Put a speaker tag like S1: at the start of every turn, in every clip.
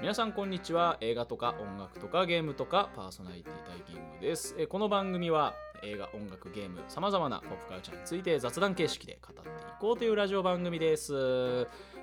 S1: 皆さんこんにちは映画とか音楽とかゲームとかパーソナリティタイキングですえーこの番組は映画音楽ゲームさまざまなポップカルチャーについて雑談形式で語っていこうというラジオ番組ですえ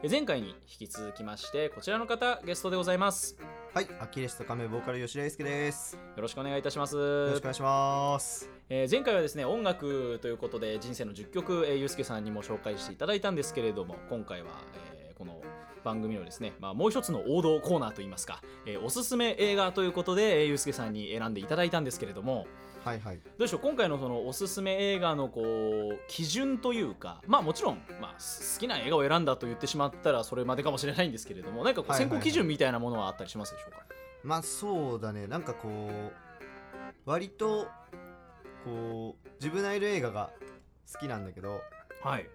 S1: ー前回に引き続きましてこちらの方ゲストでございますよ
S2: はい、アキレスとカメボーカル吉田祐介です。
S1: ろしくお願いいたします
S2: よろしくお願いします。
S1: えー前回はですね音楽ということで人生の10曲、えー、ゆうすけさんにも紹介していただいたんですけれども今回は、えーこの番組のですね、まあ、もう一つの王道コーナーといいますか、えーおすすめ映画ということで、えー、ゆうすけさんに選んでいただいたんですけれども
S2: はいはい。
S1: どうでしょう今回のそのおすすめ映画のこう基準というかまあもちろん、まあ、す好きな映画を選んだと言ってしまったらそれまでかもしれないんですけれどもなんかこう
S2: はいはい
S1: 選
S2: はい
S1: 考基準みたいなものはあったりしますでしょうか、
S2: まあそうだね、なんかこう、割と、こう、ジブナイル映画が好きなんだけど、
S1: はい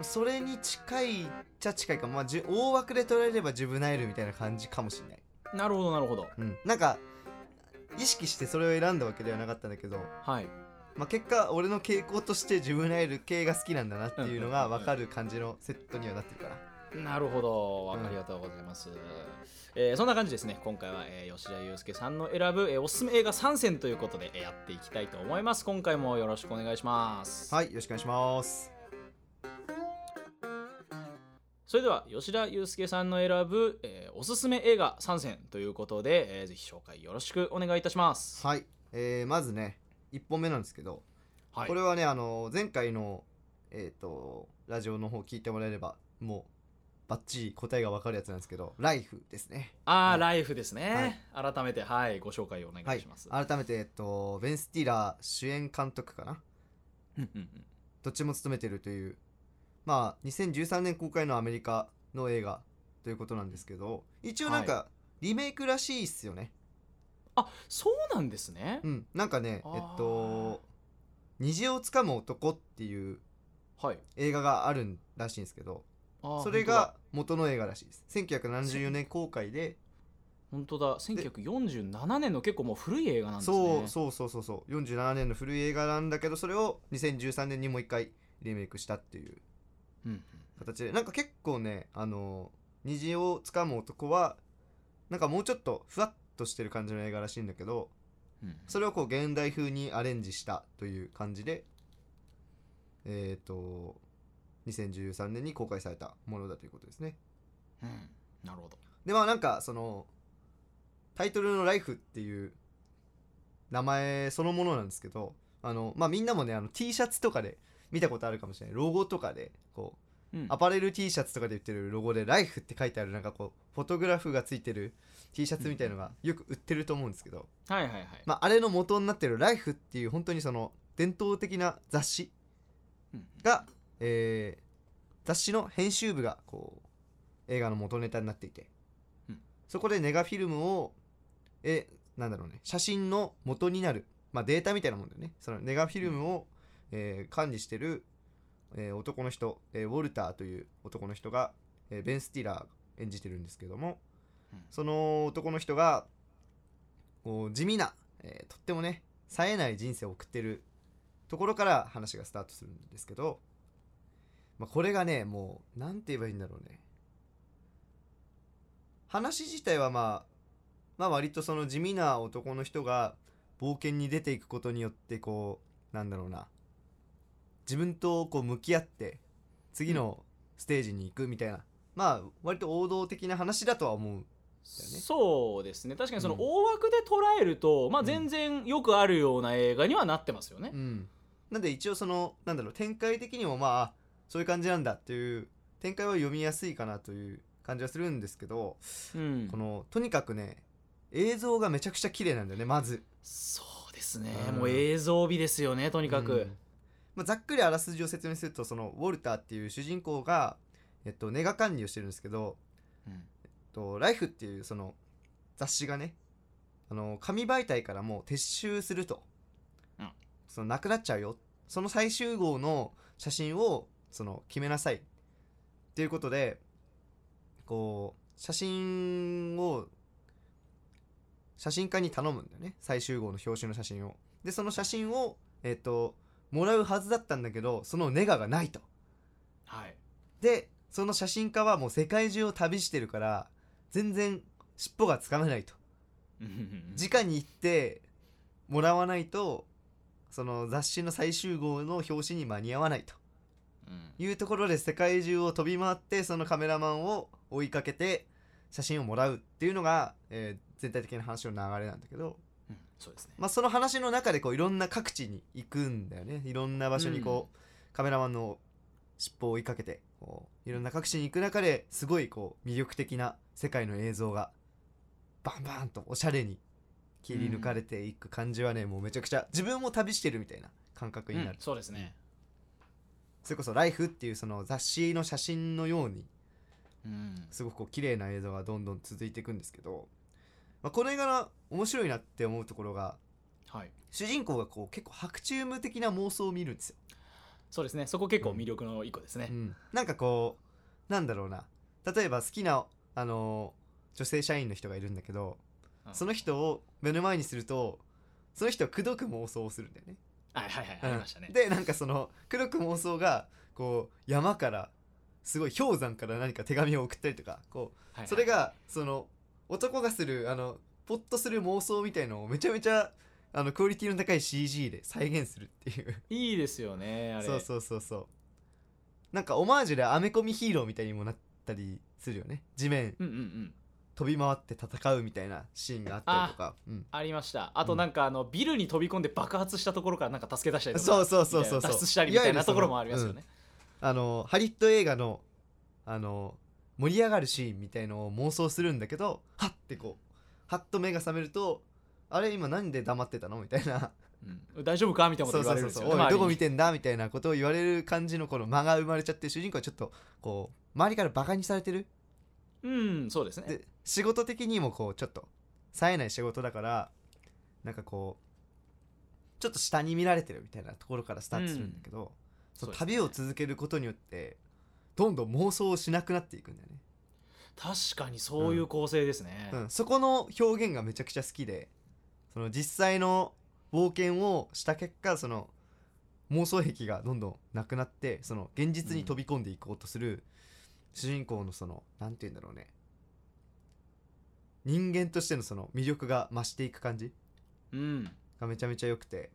S2: それに近いっちゃ近いか、まあじゅ大枠で捉えればジブナイルみたいな感じかもしれない。
S1: なるほどなるほど
S2: うん。なんか、意識してそれを選んだわけではなかったんだけど、
S1: はい
S2: まあ、結果俺の傾向としてジブナイル系が好きなんだなっていうのが
S1: うんうんうんうん
S2: 分かる感じのセットにはなってるから。
S1: なるほど、わかりがとうございます。えーそんな感じですね、今回は、えー吉田祐介さんの選ぶ、えーおすすめ映画3選ということで、えーやっていきたいと思います。今回もよろしくお願いします。
S2: はい、よろしくお願いします。
S1: それでは、吉田祐介さんの選ぶ、えーおすすめ映画3選ということで、えーぜひ紹介よろしくお願いいたします。
S2: はい、えーまずね1本目なんですけど、
S1: はい
S2: これはねあの前回の、えー、とラジオの方聞いてもらえればもうバッチリ答えが分かるやつなんですけど「ライフですね。
S1: あー、
S2: はい
S1: ライフですね、改めて、はい、ご紹介をお願
S2: はいい
S1: します。、
S2: 改めて、えっと、ベン・スティラー主演監督かな
S1: うんうんうん
S2: どっちも務めてるというまあ2013年公開のアメリカの映画ということなんですけど一応なんか、リメイクらしいっすよね。
S1: あそうなんですね。
S2: うん、なんかね
S1: あー
S2: えっと「虹をつかむ男」っていう
S1: はい、
S2: 映画があるらしいんですけど
S1: あー
S2: それが元の映画らしいです1974年公開で
S1: 本当だ、本当だ1947年の結構もう古い映画なんですね。
S2: そうそうそうそうそう47年の古い映画なんだけどそれを2013年にもう一回リメイクしたっていう
S1: うんうん
S2: 形でなんか結構ねあの虹をつかむ男はなんかもうちょっとふわっとしてる感じの映画らしいんだけど
S1: うんうん
S2: それをこう現代風にアレンジしたという感じでえっ、と2013年に公開されたものだということですね
S1: うん、なるほど。
S2: でまあなんかそのタイトルの「ライフっていう名前そのものなんですけどあの、まあ、みんなもねあの T シャツとかで見たことあるかもしれないロゴとかでこう
S1: うん
S2: アパレル T シャツとかで売ってるロゴで「ライフって書いてあるなんかこうフォトグラフがついてる T シャツみたいのがよく売ってると思うんですけど、
S1: はいはいはい。
S2: まあ、あれの元になってる「ライフっていう本当にその伝統的な雑誌
S1: うん
S2: が、えー雑誌の編集部がこう映画の元ネタになっていて、
S1: うん
S2: そこでネガフィルムをえなんだろうね写真の元になる、まあ、データみたいなもんだよねそのネガフィルムを、えー管理してる、えー男の人、えーウォルターという男の人が、えーベン・スティラー演じてるんですけども
S1: うん
S2: その男の人がこう地味な、えーとってもね冴えない人生を送ってるところから話がスタートするんですけど、まあ、これがねもうなんて言えばいいんだろうね話自体はまあまあ割とその地味な男の人が冒険に出ていくことによってこうなんだろうな自分とこう向き合って次のステージに行くみたいな、まあ割と王道的な話だとは思う
S1: そうですね確かにその
S2: うん
S1: 大枠で捉えると、まあ、
S2: うん
S1: 全然よくあるような映画にはなってますよね。
S2: うん、なんで一応そのなんだろう展開的にもまあそういう感じなんだっていう展開は読みやすいかなという感じはするんですけど、
S1: うん
S2: このとにかくね映像がめちゃくちゃ綺麗なんだよねまず
S1: そうですね、
S2: うん
S1: もう映像美ですよねと
S2: と
S1: にかく。
S2: まあ、ざっくりあらすじを説明するとそのウォルターっていう主人公が、えっと、ネガ管理をしてるんですけど
S1: うん
S2: えっと「ライフっていうその雑誌がねあの紙媒体からもう撤収すると、
S1: うん
S2: そのなくなっちゃうよその最終号の写真をその決めなさいっていうことでこう写真を写真家に頼むんだよね最終号の表紙の写真をでその写真をえっ、ともらうはずだったんだけどそのネガがないと
S1: はい
S2: でその写真家はもう世界中を旅してるから全然尻尾がつかめないと直に行ってもらわないとその雑誌の最終号の表紙に間に合わないと
S1: うん
S2: いうところで世界中を飛び回ってそのカメラマンを追いかけて写真をもらうっていうのが、えー全体的な話の流れなんだけど、
S1: うんそうですね
S2: まあ、その話の中でこういろんな各地に行くんだよねいろんな場所にこう、カメラマンの尻尾を追いかけてこういろんな各地に行く中ですごいこう魅力的な世界の映像がバンバンとおしゃれに切り抜かれていく感じはね、もうめちゃくちゃ自分も旅してるみたいな感覚になる
S1: うん、そうですね
S2: それこそ「LIFE」っていうその雑誌の写真のように
S1: うん
S2: すごくこう綺麗な映像がどんどん続いていくんですけど、まあ、この映画の面白いなって思うところが
S1: はい
S2: 主人公がこう結構白昼夢的な妄想を見るんですよ、
S1: そうですねそこ結構魅力の一個ですね、
S2: うんなんかこうなんだろうな例えば好きな、あのー女性社員の人がいるんだけど
S1: うん
S2: その人を目の前にするとその人は口説く妄想をするんだよね。
S1: はいはいはいありましたね、
S2: でなんかその黒く妄想がこう山からすごい氷山から何か手紙を送ったりとかこ
S1: はいうはい
S2: それがその男がするあのポッとする妄想みたいのをめちゃめちゃあのクオリティの高い CG で再現するっていう
S1: いいですよねあれ
S2: そうそうそうそうなんかオマージュでアメコミヒーローみたいにもなったりするよね地面
S1: うんうんうん
S2: 飛び回って戦うみたいなシーンがあったりとか、うん、
S1: ありましたあとなんかあのビルに飛び込んで爆発したところからなんか助け出したりとか
S2: そうそうそうそう
S1: みたい
S2: そう
S1: な脱出したりみたいなところもありますよね、
S2: あのハリット映画のあの盛り上がるシーンみたいのを妄想するんだけどハッてこうハッと目が覚めるとあれ今なんで黙ってたのみたいな
S1: うん大丈夫かみたいなこ
S2: そ
S1: と
S2: う
S1: 言わ
S2: そう
S1: れる
S2: そ
S1: んで
S2: う
S1: す
S2: そ
S1: よ、
S2: う
S1: ね、
S2: おいどこ
S1: 周り
S2: 見
S1: に
S2: てんだみたいなことを言われる感じのこの間が生まれちゃって主人公はちょっとこう周りからバカにされてる
S1: うんそうですね
S2: で仕事的にもこうちょっと冴えない仕事だからなんかこうちょっと下に見られてるみたいなところからスタートするんだけど、
S1: そ
S2: そ
S1: ううですね
S2: 旅を続けることによってどんどん妄想をしなくなっていくんだよね、
S1: 確かにそういう構成ですね、
S2: うん、そこの表現がめちゃくちゃ好きでその実際の冒険をした結果その妄想癖がどんどんなくなってその現実に飛び込んでいこうとする主人公のそのなんて言うんだろうね人間としてのその魅力が増していく感じ
S1: うん
S2: がめちゃめちゃ良くて、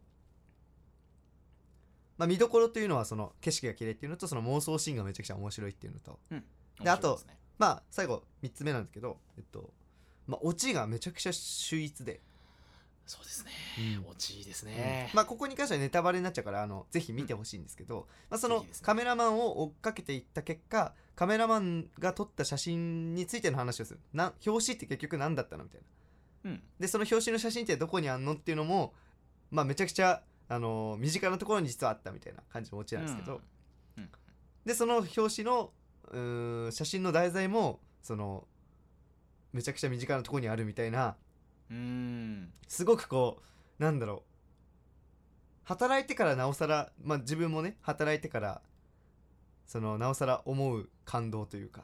S2: まあ、見どころというのはその景色が綺麗っていうのとその妄想シーンがめちゃくちゃ面白いっていうのとであと
S1: 面白いすね
S2: まあ最後3つ目なんですけどえっとまあオチがめちゃくちゃ秀逸で、
S1: そうですね
S2: うん
S1: 落ちいいですね、
S2: まあ、ここに関してはネタバレになっちゃうからあのぜひ見てほしいんですけど、まあ、そ
S1: ぜ
S2: の
S1: ひですね
S2: カメラマンを追っかけていった結果カメラマンが撮った写真についての話をするな表紙って結局何だったのみたいな
S1: うん
S2: でその表紙の写真ってどこにあんのっていうのも、まあ、めちゃくちゃ、あの身近なところに実はあったみたいな感じのオチなんですけど、
S1: うんうん
S2: でその表紙のうーん写真の題材もそのめちゃくちゃ身近なところにあるみたいな
S1: うん
S2: すごくこうなんだろう働いてからなおさら、まあ、自分もね働いてからそのなおさら思う感動というか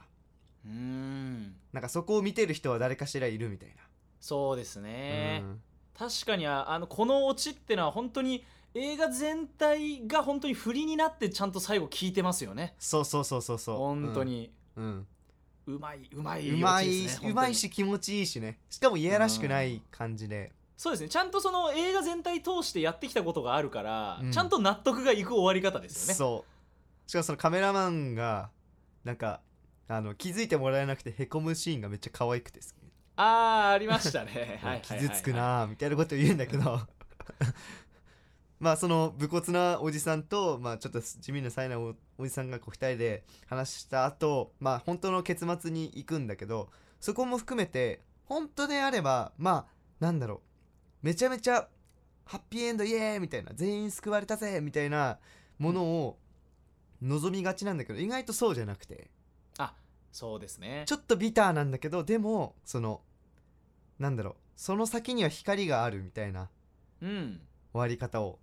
S1: うん
S2: なんかそこを見てる人は誰かしらいるみたいな、
S1: そうですね、
S2: うん
S1: 確かにああのこのオチってのは本当に映画全体が本当に振りになってちゃんと最後聞いてますよね
S2: そうそうそうそうそう
S1: 本当、に、
S2: うんうん
S1: うまいうまいう
S2: まい
S1: オチですね
S2: うま
S1: 本当
S2: い
S1: に
S2: し気持ちいいしねしかもいやらしくない感じで、
S1: そうですねちゃんとその映画全体通してやってきたことがあるから、
S2: うん
S1: ちゃんと納得がいく終わり方ですよね
S2: そうしかもそのカメラマンがなんかあの気づいてもらえなくてへこむシーンがめっちゃ可愛くて好き
S1: ああありま したねはいはいはいはい
S2: 傷つくなーみたいなこと言うんだけどまあその武骨なおじさんと、まあ、ちょっと地味なサイなおおじさんがこう2人で話した後、まあ本当の結末に行くんだけどそこも含めて本当であればまあなんだろうめちゃめちゃハッピーエンドイエーイみたいな全員救われたぜみたいなものを望みがちなんだけど意外とそうじゃなくて
S1: そうですね
S2: ちょっとビターなんだけどでもそのなんだろうその先には光があるみたいな
S1: うん
S2: 終わり方を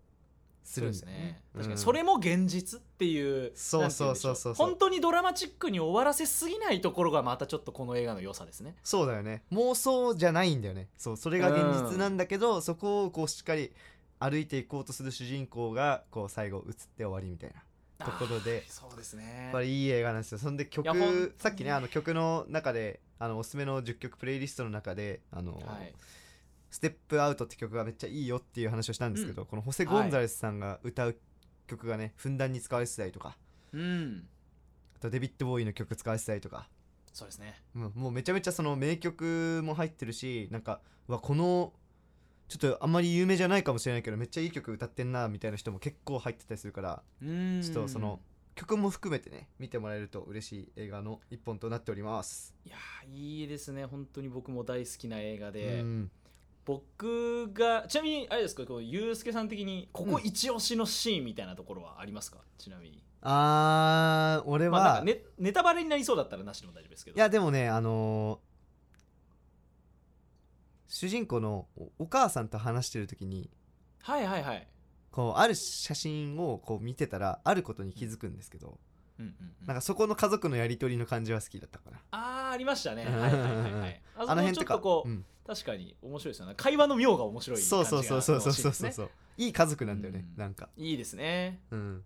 S2: す
S1: そう
S2: るん
S1: で
S2: だ
S1: す
S2: よ
S1: ね
S2: ね。
S1: 確か
S2: うん
S1: にそれも現実っていう
S2: そう
S1: なんて言んでしょ
S2: そうそうそうそう
S1: 本当にドラマチックに終わらせすぎないところがまたちょっとこの映画の良さですね
S2: そうだよね妄想じゃないんだよねそうそれが現実なんだけど、そこをこうしっかり歩いていこうとする主人公がこう最後映って終わりみたいなところで
S1: そうですね
S2: やっぱりいい映画なんですよそんで
S1: いやほん
S2: 曲さっきねあの曲の中であのおすすめの10曲プレイリストの中で「あの
S1: はい、
S2: ステップアウト」って曲がめっちゃいいよっていう話をしたんですけど、このホセ・ゴンザレスさんが歌う曲がねふんだんに使われてたりとか
S1: うん
S2: あとデビッド・ボーイの曲使わせたりとか、
S1: そうですね
S2: うん、もうめちゃめちゃその名曲も入ってるしなんかうわこのちょっとあんまり有名じゃないかもしれないけどめっちゃいい曲歌ってんなみたいな人も結構入ってたりするから
S1: うん
S2: ちょっとその曲も含めてね見てもらえると嬉しい映画の一本となっております。
S1: いやーいいですね本当に僕も大好きな映画で、
S2: うん
S1: 僕がちなみにあれですかこうユうスケさん的にここ一押しのシーンみたいなところはありますか、ちなみに
S2: あー俺は、
S1: まあなんかネネタバレになりそうだったらなしでも大丈夫ですけど
S2: いやでもねあのー主人公のおお母さんと話してる時に
S1: はいはいはい
S2: こうある写真をこう見てたらあることに気づくんですけど、
S1: うんうんうん
S2: なんかそこの家族のやり取りの感じは好きだったかな。
S1: あーありましたね。
S2: うん
S1: はいはいはい はい。あそこちょっとこう、
S2: うん
S1: 確かに面白いですよね。会話の妙が面白い感じが
S2: そうそうそうそうそうそう
S1: 楽しい
S2: そう
S1: ですね
S2: いい家族なんだよね、
S1: うん
S2: なんか、
S1: いいですね。
S2: うん、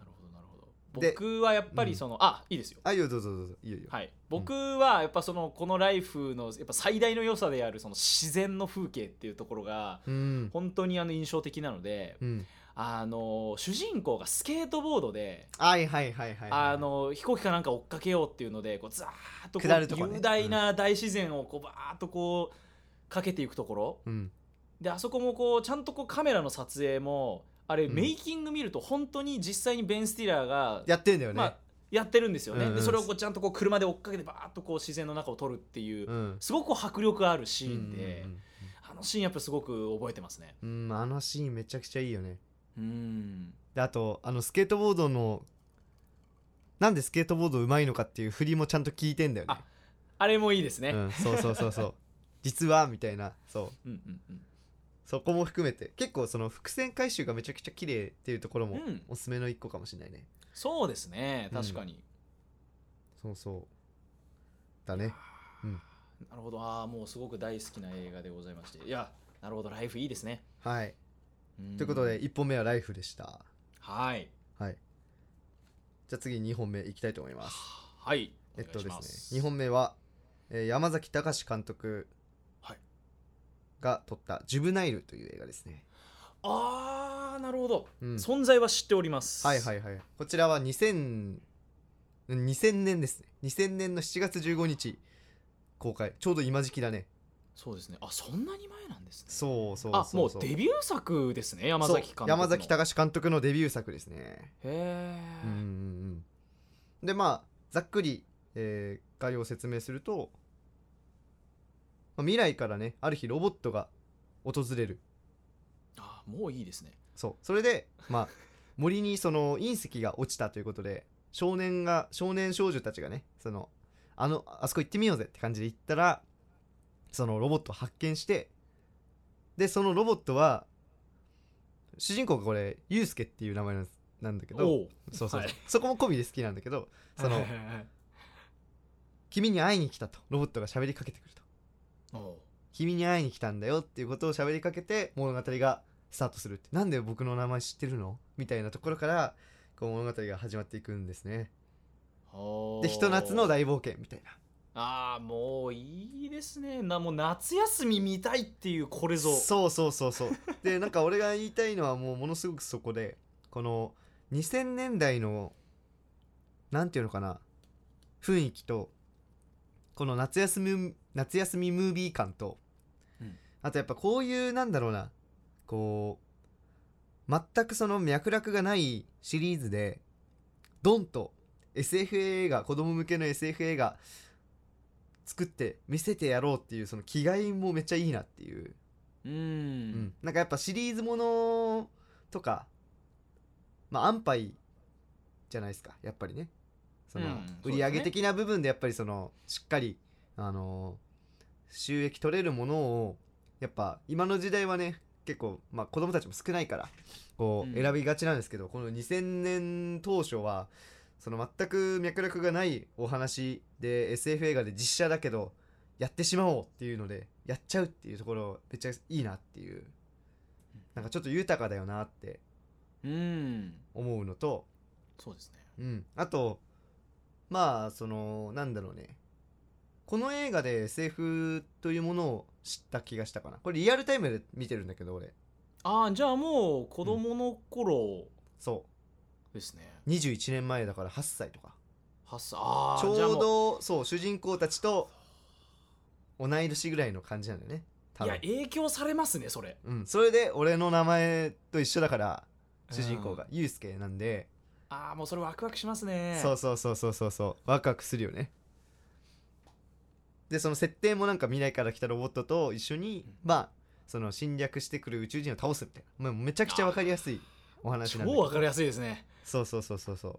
S1: なるほどなるほど。
S2: で
S1: 僕はやっぱりその、あいいですよ。
S2: あいいよどうぞどうぞいいよいいよ、
S1: はい、僕はやっぱそのこの「ライフのやっぱ最大の良さであるその自然の風景っていうところが
S2: うん
S1: 本当にあの印象的なので、
S2: うん、
S1: あの主人公がスケートボードで
S2: はいはいはいはい、はい、
S1: あの飛行機かなんか追っかけようっていうのでこうザーッとこ
S2: 下るとこ
S1: う
S2: ね
S1: 雄大な大自然をこうバーッとこうかけていくところ
S2: うん
S1: であそこもこうちゃんとこうカメラの撮影もあれ
S2: うん
S1: メイキング見ると本当に実際にベン・スティラーが
S2: やってんだよね、
S1: まあやってるんですよね、
S2: うんうん
S1: でそれをこうちゃんとこう車で追っかけてバーッとこう自然の中を撮るっていう、
S2: うん
S1: すごくこう迫力あるシーンで、
S2: うん
S1: あのシーンやっぱすごく覚えてますね。
S2: うんうん、うん、あのシーンめちゃくちゃいいよね
S1: うん
S2: であとあのスケートボードのなんでスケートボードうまいのかっていう振りもちゃんと聞いてんだよね
S1: ああれもいいですね。
S2: うん、そうそうそ うそう実はみたいなそう
S1: うんうんうん
S2: そこも含めて結構その伏線回収がめちゃくちゃ綺麗っていうところも
S1: うん
S2: おすすめの一個かもしれないね、
S1: そうですね確かに、
S2: そうそうだねうん
S1: なるほどああもうすごく大好きな映画でございましていやなるほどライフいいですね。
S2: はい
S1: うん
S2: ということで1本目は「ライフ」でした
S1: はい
S2: はいじゃあ次2本目いきたいと思います
S1: はい
S2: えっと
S1: お
S2: で
S1: 願いします
S2: ね2本目は、えー山崎隆監督
S1: はい
S2: が撮った「ジュブナイル」という映画ですね、
S1: ああなるほど、
S2: うん
S1: 存在は知っております
S2: はいはいはいこちらは2000 2000年ですね2000年の7月15日公開ちょうど今時期だね
S1: そうですねあそんなに前なんですね
S2: そうそう
S1: あ
S2: そうそ
S1: もうデビュー作ですね山崎監督
S2: そう
S1: の
S2: 山崎
S1: へ
S2: 隆監督のデビュー作ですね
S1: え、
S2: うんうんうんでまあざっくり、えー概要を説明すると、まあ未来からねある日ロボットが訪れる
S1: あもういいですね
S2: そうそれで、まあ、森にその隕石が落ちたということで少年が少年少女たちがねそのあのあそこ行ってみようぜって感じで行ったらそのロボットを発見してでそのロボットは主人公がこれユウスケっていう名前なんですなんだけど
S1: おう
S2: そうそうそう、
S1: はい
S2: そこも込みで好きなんだけどそ
S1: は
S2: の
S1: いはいはいはい
S2: 君に会いに来たとロボットが喋りかけてくると
S1: おう
S2: 君に会いに来たんだよっていうことを喋りかけて物語がスタートするってなんで僕の名前知ってるのみたいなところからこう物語が始まっていくんですね
S1: おう
S2: でひと夏の大冒険みたいな
S1: ああもういいですねなもう夏休み見たいっていうこれぞ
S2: そうそうそうそうでなんか俺が言いたいのはもうものすごくそこでこの2000年代のなんていうのかな雰囲気とこの夏休み夏休みムービー感と、
S1: うん
S2: あとやっぱこういうなんだろうなこう全くその脈絡がないシリーズでドンと SF 映画子供向けの SF 映画作って見せてやろうっていうその気概もめっちゃいいなっていう
S1: うん
S2: うんなんかやっぱシリーズものとかまあ安牌じゃないですかやっぱりねその、
S1: うんそうです
S2: 売り
S1: ね
S2: 上げ的な部分でやっぱりそのしっかりあの収益取れるものをやっぱ今の時代はね結構、まあ、子供たちも少ないからこ
S1: うん
S2: う選びがちなんですけど、この2000年当初はその全く脈絡がないお話で SF 映画で実写だけどやってしまおうっていうのでやっちゃうっていうところめっちゃいいなっていうなんかちょっと豊かだよなって
S1: うん
S2: 思うのと
S1: そうですね
S2: うん、あとまあそのなんだろうねこの映画で SF というものを知った気がしたかなこれリアルタイムで見てるんだけど俺
S1: ああじゃあもう子供の頃
S2: そ
S1: ですね、
S2: う21年前だから8歳とか
S1: 八歳ああ
S2: ちょう
S1: じゃあも
S2: どそう主人公たちと同い年ぐらいの感じなんだよね多
S1: いや
S2: 分
S1: 影響されますねそれ
S2: うん、それで俺の名前と一緒だから主人公がユうスケなんで、
S1: ああもうそれワクワクしますね
S2: そうそうそうそうそうそうワクワクするよねでその設定もなんか未来から来たロボットと一緒に、
S1: うん
S2: まあその侵略してくる宇宙人を倒すみたいなもうめちゃくちゃ分かりやすいお話なんだけ
S1: 超
S2: ど
S1: わかりやすいですね
S2: そうそうそうそうそう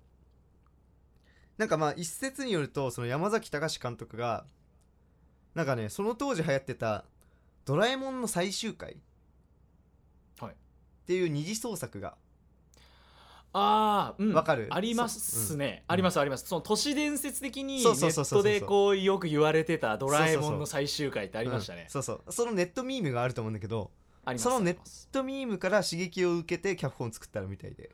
S2: なんかまあ一説によるとその山崎隆監督がなんかねその当時流行ってた「ドラえもん」の最終回
S1: はい
S2: っていう二次創作が
S1: ああうん
S2: わかる
S1: ありますね、
S2: うん
S1: ありますありますその都市伝説的にネ
S2: そうそうそう
S1: ッ
S2: そうそ
S1: ト
S2: う
S1: でこうよく言われてた「ドラえも」
S2: そうんそ
S1: の
S2: う
S1: 最終回ってあ
S2: あ
S1: りましたね
S2: そうそうそのネットミームがあると思うんだけど
S1: あります
S2: そのネ
S1: あります
S2: ネットミームから刺激を受けて脚本作ったみたいで
S1: へ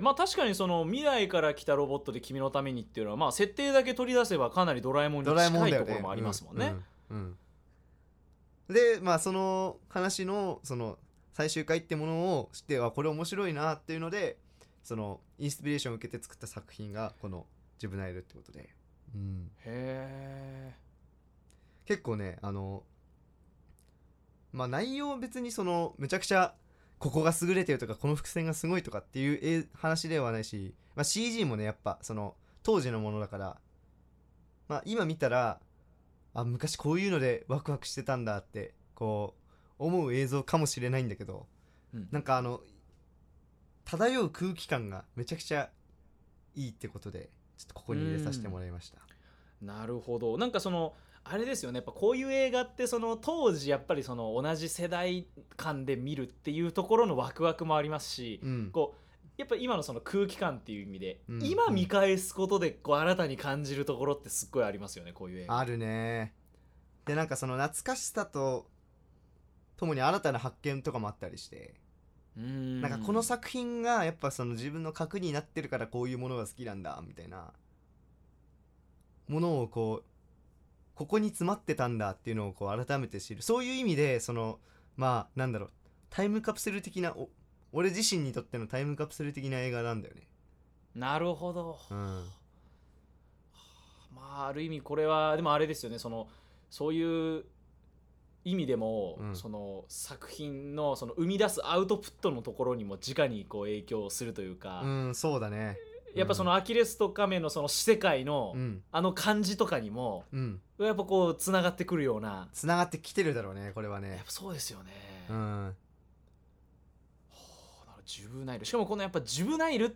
S1: えまあ確かにその未来から来たロボットで君のためにっていうのはまあ設定だけ取り出せばかなりドラえもんに
S2: ドラえ
S1: 近
S2: もん
S1: い
S2: だよ
S1: と
S2: ね
S1: ころもありますもんね
S2: うんうんうんでまあその話のその最終回ってものを知ってはこれ面白いなっていうのでそのインスピレーションを受けて作った作品がこの「ジュブナイル」ってことで、うん、
S1: へえ
S2: 結構ねあのまあ内容は別にそのむちゃくちゃここが優れてるとかこの伏線がすごいとかっていうえ話ではないし、まあ、CG もねやっぱその当時のものだから、まあ、今見たらあ昔こういうのでワクワクしてたんだってこう思う映像かもしれないんだけど
S1: うん
S2: なんかあの漂う空気感がめちゃくちゃいいってことでちょっとここに入れさせてもらいました。
S1: なるほどなんかそのあれですよねやっぱこういう映画ってその当時やっぱりその同じ世代間で見るっていうところのワクワクもありますし、
S2: うん
S1: こうやっぱ今のその空気感っていう意味で、
S2: うん
S1: 今見返すことでこう新たに感じるところってすっごいありますよねこういう映画。
S2: あるねでなんかその懐かしさとともに新たな発見とかもあったりして、
S1: うん
S2: なんかこの作品がやっぱその自分の核になってるからこういうものが好きなんだみたいなものをこうここに詰まってたんだっていうのをこう改めて知るそういう意味でそのまあなんだろうタイムカプセル的なお俺自身にとってのタイムカプセル的な映画なんだよね。
S1: なるほど、
S2: うん、
S1: まあある意味これはでもあれですよねそのそういう意味でも、
S2: うん
S1: その作品のその生み出すアウトプットのところにも直にこう影響するというか、
S2: うん、そうだね。
S1: やっぱそのアキレスとカメのその死世界の
S2: うん、
S1: あの感じとかにも
S2: うん、
S1: やっぱこうつながってくるような
S2: つながってきてるだろうねこれ
S1: や
S2: は
S1: っ
S2: ね。
S1: ぱそうですよね。
S2: うん、
S1: ほうなるほどジュブナイルしかもこのやっぱ「ジュブナイル」っ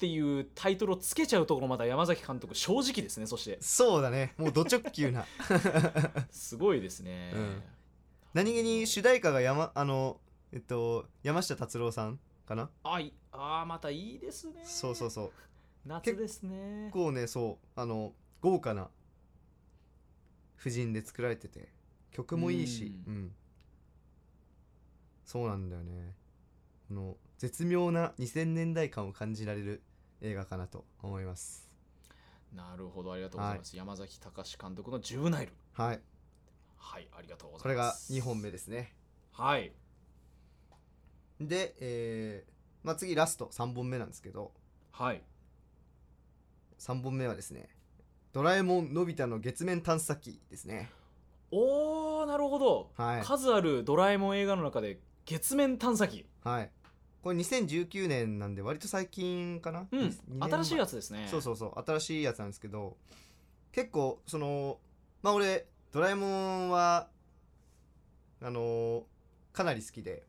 S1: ていうタイトルをつけちゃうところまた山崎監督正直ですねそ して
S2: そうだねもうド直球な
S1: すごいですね、
S2: うん何気に主題歌が山あのえっと山下達郎さんかな
S1: あいあーまたいいですね
S2: そうそうそう
S1: 夏ですね
S2: 結構ねそうあの豪華な婦人で作られてて曲もいいし
S1: う
S2: うん、そうなんだよねこの絶妙な2000年代感を感じられる映画かなと思います
S1: なるほどありがとうございます、山崎隆監督の「ジュブナイル
S2: はい」
S1: はいありがとうご
S2: こ
S1: ざ
S2: れ
S1: いま
S2: が
S1: す
S2: 2本目
S1: で
S2: ですね
S1: はい
S2: で、えーまあ、次ラスト3本目なんですけど
S1: はい
S2: 3本目はですね「ドラえもんのび太の月面探査機」ですね
S1: おーなるほど、
S2: はい
S1: 数あるドラえもん映画の中で月面探査機、
S2: はいこれ2019年なんで割と最近かな、
S1: うん新しいや
S2: つ、
S1: つですね
S2: そうそうそう新しいやつなんですけど結構そのまあ俺ドラえもんはあのーかなり好きで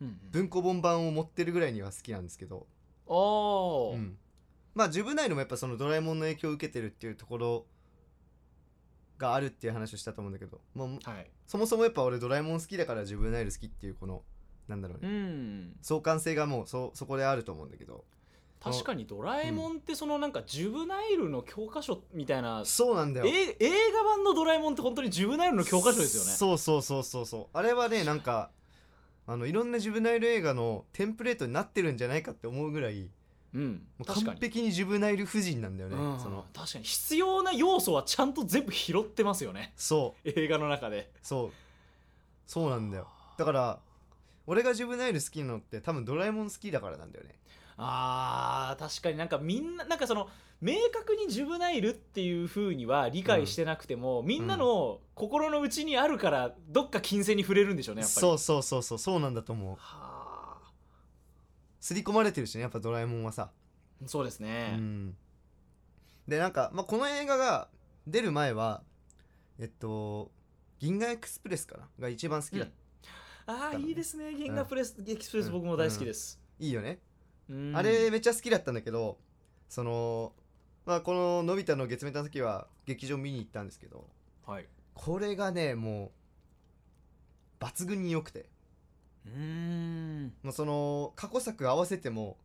S1: うんうん
S2: 文庫本版を持ってるぐらいには好きなんですけど、
S1: おー
S2: うん、まあ自分内でもやっぱそのドラえもんの影響を受けてるっていうところがあるっていう話をしたと思うんだけど、まあ、
S1: はい
S2: そもそもやっぱ俺ドラえもん好きだから自分ナイル好きっていうこのなんだろう
S1: う
S2: ね
S1: ん
S2: 相関性がもうそそこであると思うんだけど
S1: 確かに「ドラえもん」ってそのなんかジュブナイルの教科書みたいな、
S2: そうなんだよ
S1: え映画版の「ドラえもん」って本当にジュブナイルの教科書ですよね
S2: そうそうそうそうそうあれはねなんかあのいろんな自分ナイル映画のテンプレートになってるんじゃないかって思うぐらい
S1: うん
S2: もう
S1: 確か
S2: 完
S1: に
S2: 璧にジュブナイル夫人なんだよね、
S1: うん
S2: その
S1: 確かに必要な要素はちゃんと全部拾ってますよね
S2: そう
S1: 映画の中で
S2: そうそうなんだよだから俺がジュブナイル好きなのって多分ドラえもん好きだからなんだよね
S1: あー確かになんかみんななんかその明確にジュブナイルっていうふうには理解してなくても、みんなの心の内にあるからどっか金銭に触れるんでしょうねやっぱり
S2: そうそうそうそうそうなんだと思う
S1: はあ
S2: 刷り込まれてるしねやっぱドラえもんはさ、
S1: そうですね、
S2: うんでなんか、まあ、この映画が出る前はえっと「銀河エクスプレス」かなが一番好きだ、
S1: うんああ
S2: だね
S1: いいですね銀河プレス、エクスプレス僕も大好きです、
S2: いいよね、
S1: うん
S2: あれめっちゃ好きだったんだけどそのまあこの「のび太の月面探査機」は劇場見に行ったんですけど
S1: はい
S2: これがねもう抜群に良くて
S1: うん
S2: もうその過去作合わせても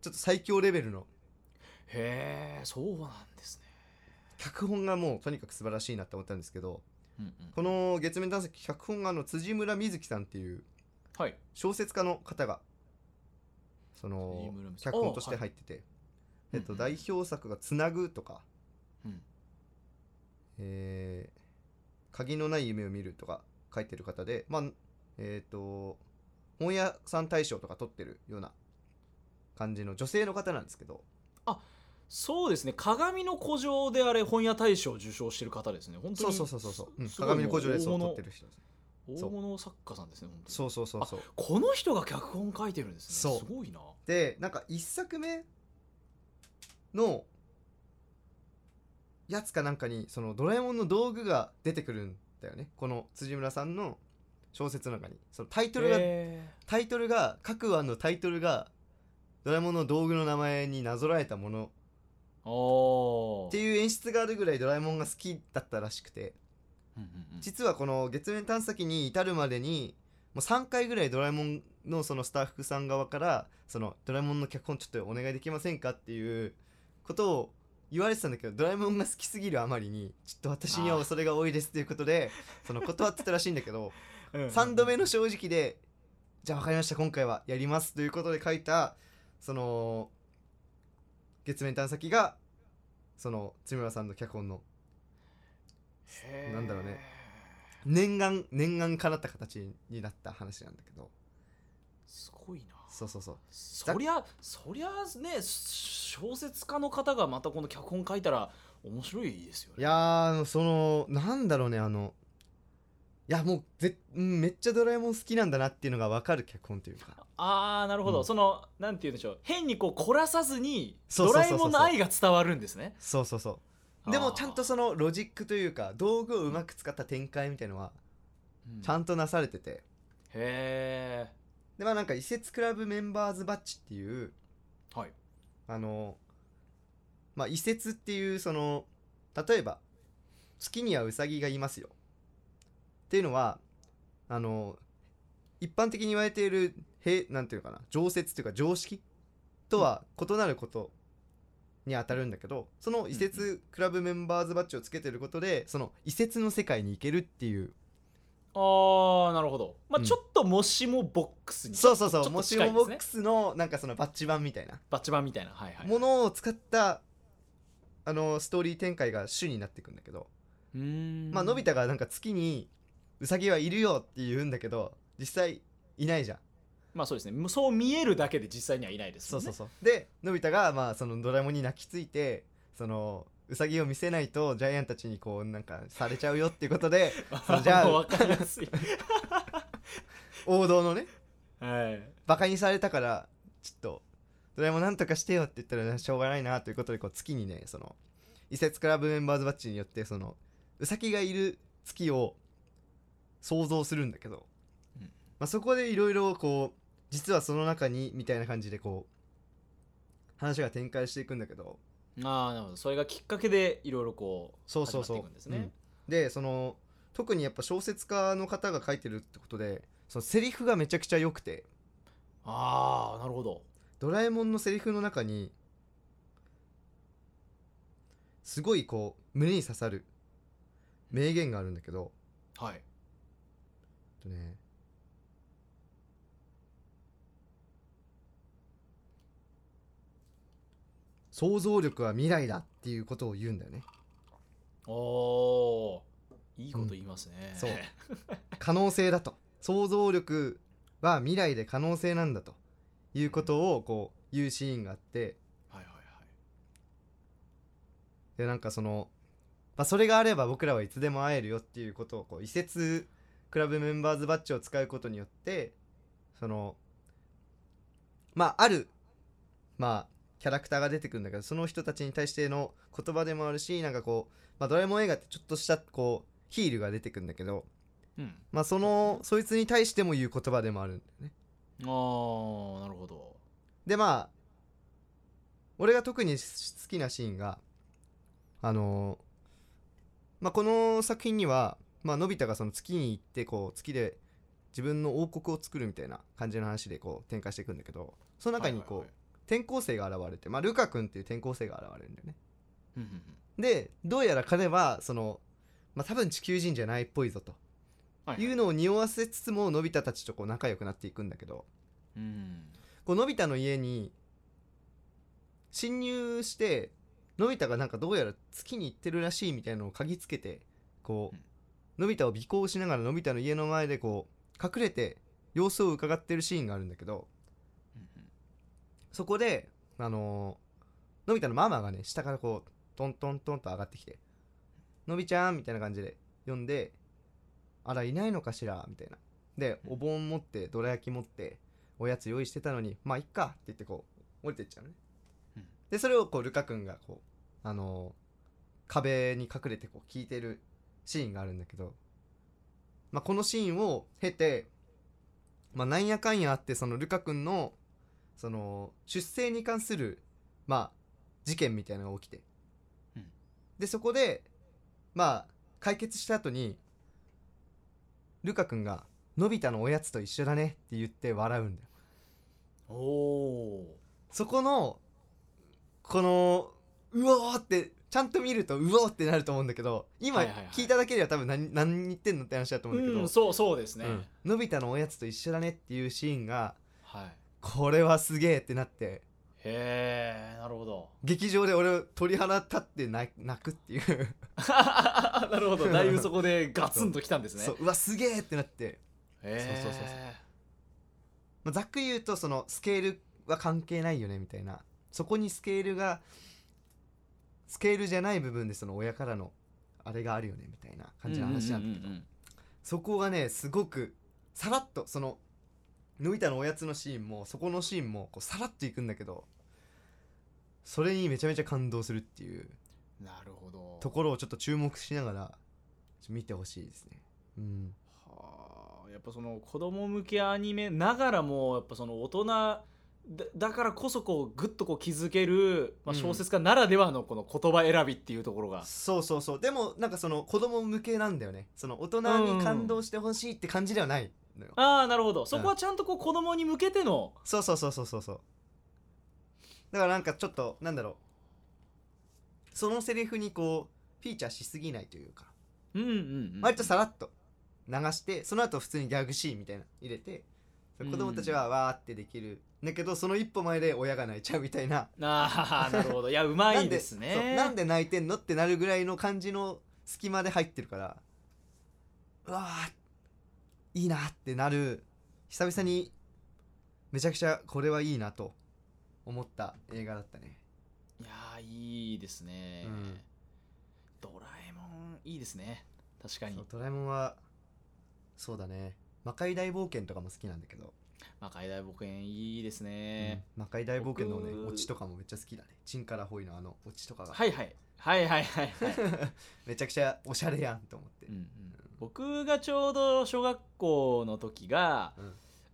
S2: ちょっと最強レベルの
S1: へえそうなんですね、
S2: 脚本がもうとにかく素晴らしいなって思ったんですけど
S1: うんうん
S2: この月面探査機脚本があの辻村瑞希さんっていう
S1: はい
S2: 小説家の方がそ
S1: 辻
S2: の
S1: 村瑞希
S2: 脚本として
S1: あは
S2: 入ってて、えっ
S1: う
S2: と、
S1: んうん
S2: 代表作が「つなぐ」とか、
S1: うん
S2: えー鍵のない夢を見る」とか書いてる方でまあえっ、と本屋さん大賞とか取ってるような感じの女性の方なんですけど
S1: そうですね鏡の古城であれ本屋大賞を受賞してる方ですね本当
S2: そう
S1: に
S2: そうそうそうそう、うん
S1: すごい
S2: 鏡の古城で
S1: もう
S2: そ
S1: 大
S2: う撮
S1: 物
S2: ってる人ですそ
S1: 大
S2: う
S1: 物作家さんですね本当に
S2: そうそうそうそう
S1: この人が脚本書いてるんですね
S2: そう
S1: すごいな
S2: でなんか一作目のやつかなんかにそのドラえもんの道具が出てくるんだよねこの辻村さんの小説の中にそのタイトルが、
S1: へ
S2: タイトルが各案のタイトルがドラえもんの道具の名前になぞらえたもの
S1: ーおー
S2: っていう演出があるぐらいドラえもんが好きだったらしくて
S1: うんうんうん
S2: 実はこの月面探査機に至るまでにもう3回ぐらいドラえもんのそのスタッフさん側からそのドラえもんの脚本ちょっとお願いできませんかっていうことを言われてたんだけどドラえもんが好きすぎるあまりにちょっと私には恐れが多いですということでその断ってたらしいんだけど
S1: うんうんうん
S2: 3度目の正直でじゃあ分かりました今回はやりますということで書いたその月面探査機がその津村さんの脚本の
S1: へー
S2: なんだろうね念願念願かなった形になった話なんだけど
S1: すごいな
S2: そうそうそう
S1: そりゃそりゃね小説家の方がまたこの脚本書いたら面白いですよ
S2: い
S1: ね
S2: やーあのそのなんだろうねあのいやもうぜ、うんめっちゃドラえもん好きなんだなっていうのが分かる脚本というか
S1: ああなるほど、
S2: うん
S1: そのなんて言うんでしょう変にこう凝らさずに
S2: そう
S1: ド
S2: そう
S1: ラ
S2: そう
S1: え
S2: そう
S1: もんの愛が伝わるんですね
S2: そうそうそうでも
S1: あー
S2: ちゃんとそのロジックというか道具をうまく使った展開みたいのは
S1: うん
S2: ちゃんとなされてて、
S1: へえ
S2: でまあなんか「移設クラブメンバーズバッチ」っていう
S1: はい
S2: あのまあ移設っていうその例えば月にはウサギがいますよっていうのはあの一般的に言われているへなんていうのかな常設というか常識とは異なることに当たるんだけどその移
S1: うん
S2: 設クラブメンバーズバッジをつけてることでその移設の世界に行けるっていう
S1: あーなるほど、まあ
S2: うん
S1: ちょっともしもボックスに
S2: そうそうそ
S1: ちょ
S2: う
S1: っ
S2: も
S1: と
S2: し
S1: 近いで
S2: もボ
S1: す
S2: ッ
S1: ね
S2: クスのなんかそのバッジ版みたいな
S1: バッチバンみたいなはいはい
S2: ものを使ったあのストーリー展開が主になっていくんだけど
S1: うーん
S2: まあ、のび太がなんか月にウサギはいるよって言うんだけど実際いないじゃん
S1: まあそうですねそう見えるだけで実際にはいないです
S2: そ
S1: も
S2: うん
S1: ね
S2: そうそうでのび太がまあそのドラえもんに泣きついてそのウサギを見せないとジャイアンたちにこうなんかされちゃうよっていうことでそ うじゃあ
S1: もう分かりやすい
S2: 王道のね
S1: はい
S2: バカにされたからちょっとドラえもんなんとかしてよって言ったらしょうがないなということでこう月にねその移設クラブメンバーズバッジによってそのウサギがいる月を想像するんだけど、
S1: うん
S2: まあ、そこでいろいろこう実はその中にみたいな感じでこう話が展開していくんだけど
S1: ああなるほどそれがきっかけでいろいろこう
S2: そうそうそう
S1: 始まっていくんですね、
S2: うんでその特にやっぱ小説家の方が書いてるってことでそのセリフがめちゃくちゃ良くて
S1: ああなるほど
S2: ドラえもんのセリフの中にすごいこう胸に刺さる名言があるんだけど、
S1: はい
S2: えっとね、想像力は未来だっていうことを言うんだよね
S1: おーいいこと言いますね、
S2: うんそう可能性だと想像力は未来で可能性なんだということをこう言うシーンがあって
S1: はいはいはい
S2: でなんかその、まあ、それがあれば僕らはいつでも会えるよっていうことをこう移設クラブメンバーズバッジを使うことによってそのまああるまあキャラクターが出てくるんだけどその人たちに対しての言葉でもあるしなんかこう、まあ、ドラえもん映画ってちょっとしたこうヒールが出てくるんだけど、
S1: うん
S2: まあ、そのそいつに対しても言う言葉でもあるんだよね。
S1: あーなるほど
S2: でまあ俺が特に好きなシーンがあのまあこの作品には、まあのび太がその月に行ってこう月で自分の王国を作るみたいな感じの話でこう展開していくんだけどその中にこ
S1: はい
S2: う、
S1: はいはい
S2: 転校生が現れて、まあ、ルカ君っていう転校生が現れるんだよね
S1: うんうんうん
S2: でどうやら彼はその、まあ、多分地球人じゃないっぽいぞと
S1: はいはい
S2: いうのを匂わせつつものび太たちとこう仲良くなっていくんだけど
S1: うん
S2: こうのび太の家に侵入してのび太がなんかどうやら月に行ってるらしいみたいなのを嗅ぎつけてこう、
S1: うん
S2: のび太を尾行しながらのび太の家の前でこう隠れて様子を伺ってるシーンがあるんだけど
S1: うんうん
S2: そこであのーのび太のママがね下からこうトントントンと上がってきて「のびちゃん」みたいな感じで呼んで「あらいないのかしら」みたいなで
S1: うん
S2: お盆持ってどら焼き持っておやつ用意してたのに「まあいっか」って言ってこう降りてっちゃうね
S1: うん
S2: でそれをこうルカ君がこうあのー壁に隠れてこう聞いてるシーンがあるんだけど、まあ、このシーンを経て、まあ、なんやかんやあってそのルカ君のその出生に関する、まあ、事件みたいなのが起きて、
S1: うん
S2: でそこで、まあ、解決した後にルカ君が「のび太のおやつと一緒だね」って言って笑うんだよ
S1: おお
S2: そこのこのうおーってちゃんと見るとうおーってなると思うんだけど今
S1: はいはいはい
S2: 聞いただけでは多分何何言ってんのって話だと思うんだけど、
S1: うんそうそうですね、
S2: うんのび太のおやつと一緒だねっていうシーンが
S1: はい
S2: これはすげえってなって
S1: へえなるほ ど
S2: 劇場で俺鳥肌立って泣泣くっていう
S1: なるほどだいぶそこでガツンときたんですね
S2: そううわすげえってなって、
S1: へえ
S2: そうそうそうまあ、ざっくり言うとそのスケールは関係ないよねみたいなそこにスケールがスケールじゃない部分でその親からのあれがあるよねみたいな感じの話なんだけ
S1: う
S2: ど、
S1: んうんうんうん
S2: そこがねすごくさらっとそののび太のおやつのシーンもそこのシーンもこうさらっといくんだけどそれにめちゃめちゃ感動するっていう
S1: なるほど
S2: ところをちょっと注目しながらちょ見てほしいですね。うん
S1: はあやっぱその子供向けアニメながらもやっぱその大人だだからこそこうグッとこう気づける、まあ、
S2: うん
S1: 小説家ならではのこの言葉選びっていうところが、
S2: そうそうそうでもなんかその子供向けなんだよねその大人に感動してほしいって感じではないのよ、
S1: ああなるほどそこはちゃんとこう子供に向けての、
S2: そうそうそうそうそうそうだからなんかちょっとなんだろうそのセリフにこうフィーチャーしすぎないというか
S1: うんうんうん、
S2: 割とさらっと流してその後普通にギャグシーンみたいなの入れて
S1: うん
S2: 子供たちはわーってできるんだけどその一歩前で親が泣いちゃうみたいな
S1: ああなるほどいやうま
S2: ないん
S1: ですね
S2: そうなんで泣いてんのってなるぐらいの感じの隙間で入ってるからうわーいいなってなる久々にめちゃくちゃこれはいいなと思った映画だったね
S1: いやーいいですね、
S2: うん
S1: ドラえもんいいですね確かに
S2: そうドラえもんはそうだね魔界大冒険とかも好きなんだけど、
S1: 魔界大冒険いいですね、
S2: うん魔界大冒険のね
S1: 僕
S2: オチとかもめっちゃ好きだねチンからホイのあのオチとかが、
S1: はいはいはいはいはいは い
S2: めちゃくちゃおしゃれやんと思って
S1: うん、うん僕がちょうど小学校の時が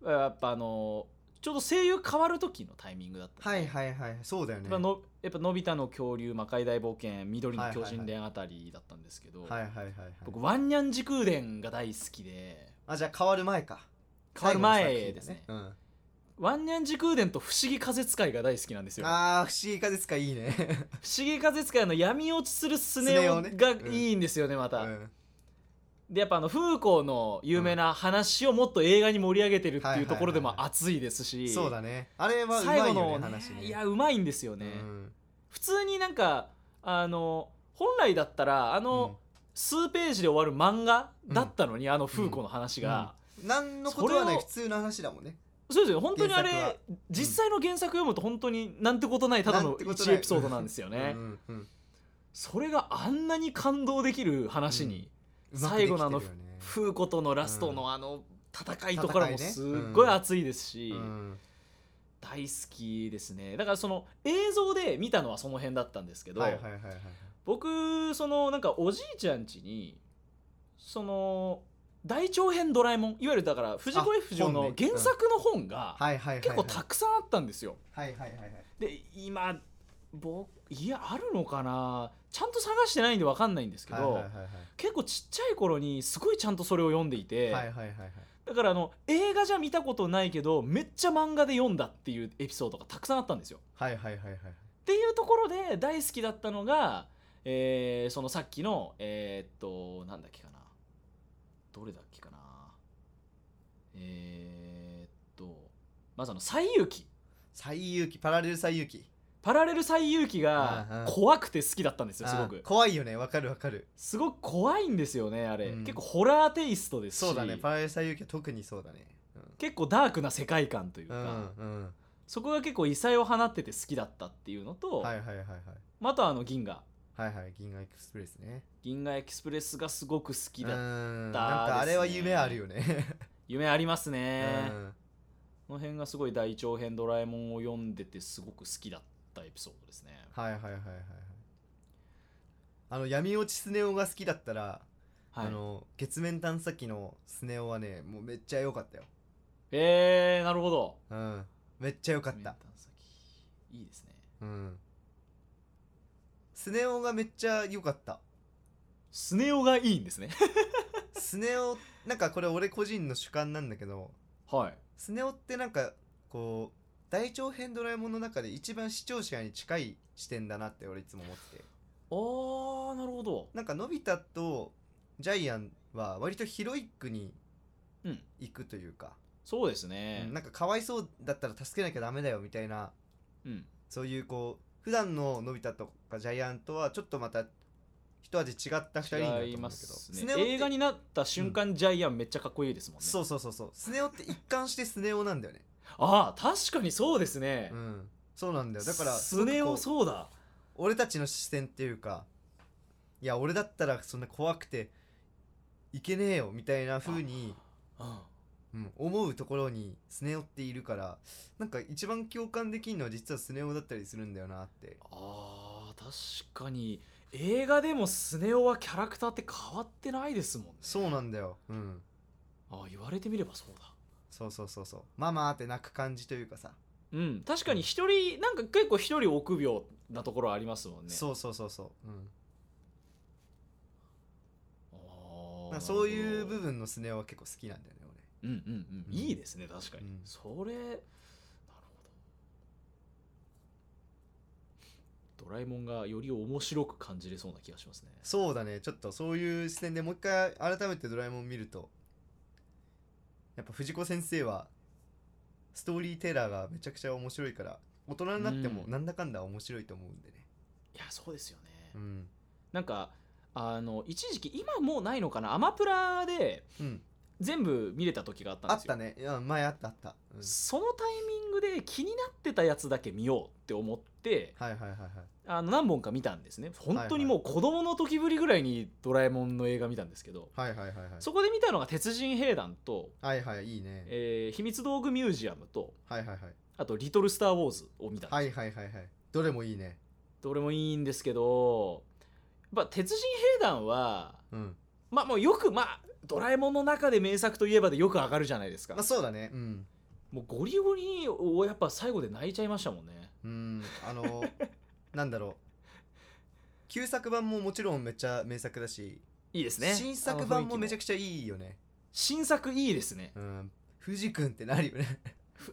S2: うん
S1: やっぱあのちょうど声優変わる時のタイミングだったん
S2: は
S1: で
S2: いはいはいそうだよ
S1: や
S2: ね
S1: っぱのやっぱのび太の恐竜魔界大冒険緑の巨人伝あたりだったんですけど、
S2: はいはいはいはい
S1: 僕ワンニャン時空伝が大好きで
S2: あじゃあ変わる前か
S1: 変わる前ですね
S2: 最後の作品だ
S1: ワンニャン時空伝と不思議風使いが大好きなんです
S2: うん、
S1: よ
S2: ああ不思議風ですかいいね、
S1: 不思議風使いの闇落ちするスネ夫
S2: スネ夫ね
S1: が
S2: うん
S1: いいんですよねま
S2: う
S1: た、
S2: ん
S1: でやっぱあのフーコーの有名な話をもっと映画に盛り上げてるって
S2: はい
S1: いう
S2: はいはい
S1: ところでも熱いですし
S2: そうだねあれはうまい
S1: 最後
S2: よね
S1: の
S2: 話ね
S1: いやうまいんですよね、
S2: うん
S1: 普通になんかあの本来だったらあの、
S2: うん
S1: 数ページで終わる漫画だったのに、あの風子の話が、
S2: 何のことはない
S1: それを
S2: 普通の話だもんね
S1: そうですよ本当にあ
S2: 原作
S1: れ
S2: は
S1: 実際の原作読むと本当になんてことないただ
S2: なん
S1: の
S2: てことな
S1: 1
S2: い
S1: エピソードなんですよね、
S2: うんうん
S1: それがあんなに感動できる話に、
S2: うまく
S1: 最後のあの
S2: できてるよね
S1: 風子とのラストのあの戦いとかも
S2: 戦いね
S1: すっごい熱いですし、
S2: うん
S1: 大好きですねだからその映像で見たのはその辺だったんですけど、
S2: はいはいはいはい
S1: 僕そのなんかおじいちゃん家にその大長編ドラえもんいわゆるだから藤子 F 不二雄
S2: 本
S1: の
S2: ねうん
S1: 原作の本が
S2: はいはいはいはい
S1: 結構たくさんあったんですよ。
S2: はいはいはいはい
S1: で今僕いやあるのかなちゃんと探してないんで分かんないんですけど、
S2: はいはいはい
S1: 結構ちっちゃい頃にすごいちゃんとそれを読んでいて、
S2: はいはいはいはい
S1: だからあの映画じゃ見たことないけどめっちゃ漫画で読んだっていうエピソードがたくさんあったんですよ。
S2: はいはいはいはい
S1: っていうところで大好きだったのが、えーそのさっきのえーっとなんだっけかなどれだっけかなえーっとまずあの「西遊記」
S2: 最勇気パラレル最勇気
S1: パラレル西遊記
S2: うんう
S1: が
S2: ん
S1: 怖くて好きだったんですよす
S2: あ
S1: ご
S2: ー
S1: く
S2: 怖いよねわかるわかる
S1: すごく怖いんですよねあれ、
S2: うん
S1: 結構ホラーテイストですし
S2: そうだねパラレル最勇気は特にそうだねうん
S1: 結構ダークな世界観という
S2: う
S1: か、
S2: んうん
S1: そこが結構異彩を放ってて好きだったっていうのと、
S2: はいはいはいはい
S1: まああとはあの銀河
S2: はいはい銀河エクスプレスね
S1: 銀河エクスプレスがすごく好きだ、
S2: うん
S1: た
S2: なんかあれは
S1: ですね
S2: 夢あるよね
S1: 夢あります
S2: う
S1: ね、
S2: ん
S1: この辺がすごい大長編ドラえもんを読んでてすごく好きだったエピソードですね
S2: はいはいはいはいはいあの闇落ちスネ夫が好きだったら、
S1: はい
S2: あの月面探査機のスネ夫はねもうめっちゃ良かったよ
S1: えー、なるほど
S2: うんめっちゃ良かっ
S1: メン
S2: た
S1: 探査機いいですね
S2: うんスネ夫がめっちゃ良かった
S1: スネ夫がいいんですね
S2: スネ夫なんかこれ俺個人の主観なんだけど
S1: はい
S2: スネ夫ってなんかこう大長編ドラえもんの中で一番視聴者に近い視点だなって俺いつも思ってて
S1: あーなるほど
S2: なんかのび太とジャイアンは割とヒロイックに
S1: うん
S2: 行くというか、
S1: そうですね
S2: なんかかわいそうだったら助けなきゃダメだよみたいな
S1: うん
S2: そういうこう普段ののび太とかジャイアンとはちょっとまた一味違った2人になると思うん
S1: 違い
S2: だけど
S1: ます
S2: ス
S1: ね
S2: ネ夫って
S1: 映画になった瞬間、ジャイアンめっちゃかっこいいですもんね
S2: そうそうそうそうスネ夫って一貫してスネ夫なんだよね
S1: ああ確かにそうですね、
S2: うんそうなんだよだから
S1: スネ夫
S2: すご
S1: そ
S2: くこう
S1: うだ
S2: 俺たちの視線っていうかいや俺だったらそんな怖くていけねえよみたいな風に
S1: うん
S2: うん、思うところにスネ夫っているからなんか一番共感できるのは実はスネ夫だったりするんだよなって
S1: あー確かに映画でもスネ夫はキャラクターって変わってないですもんね
S2: そうなんだようん
S1: あ言われてみればそうだ
S2: そうそうそうそうママって泣く感じというかさ、
S1: うん確かに一人なんか結構一人臆病なところありますもんね
S2: そうそうそうそう、うん、
S1: あ
S2: なん
S1: ー
S2: かそういう部
S1: なる
S2: 分のスネ夫は結構好きなんだよね俺
S1: ほどうんうん
S2: う
S1: うんんいいですね確かに、
S2: うん
S1: それなるほどドラえもんがより面白く感じれそうな気がしますね
S2: そうだねちょっとそういう視点でもう一回改めてドラえもん見るとやっぱ藤子先生はストーリーテラーがめちゃくちゃ面白いから大人になっても
S1: うん
S2: なんだかんだ面白いと思うんでね
S1: いやそうですよね、
S2: うん
S1: なんかあの一時期今もうないのかなアマプラで
S2: うん
S1: 全部見れた時があったん
S2: あ
S1: で
S2: っ
S1: すよ
S2: たねいや前あったあった、うん
S1: そのタイミングで気になってたやつだけ見ようって思って
S2: はいはいはいはい
S1: あの何本か見たんですね本当にもう子供の時ぶりぐらいに「ドラえもん」の映画見たんですけど、
S2: はいはいはいはい
S1: そこで見たのが「鉄人兵団と」
S2: はいはいいいね
S1: えー秘密道具ミュージアム」と
S2: はいはいはい
S1: あと「リトル・スター・ウォーズ」を見たんです、
S2: はいはいはいはいどれもいいね
S1: どれもいいんですけど、まあ、鉄人兵団は
S2: うん
S1: まあもうよくまあドラえもんの中で名作といえばでよく上がるじゃないですか
S2: まあそうだねうん
S1: もうゴリゴリをやっぱ最後で泣いちゃいましたもんね
S2: うんあ のなんだろう旧作版ももちろんめっちゃ名作だし、
S1: いいですね
S2: 新作版もめちゃ
S1: くちゃ
S2: くちゃいいよね
S1: 新作いいですね
S2: うん藤君ってなるよね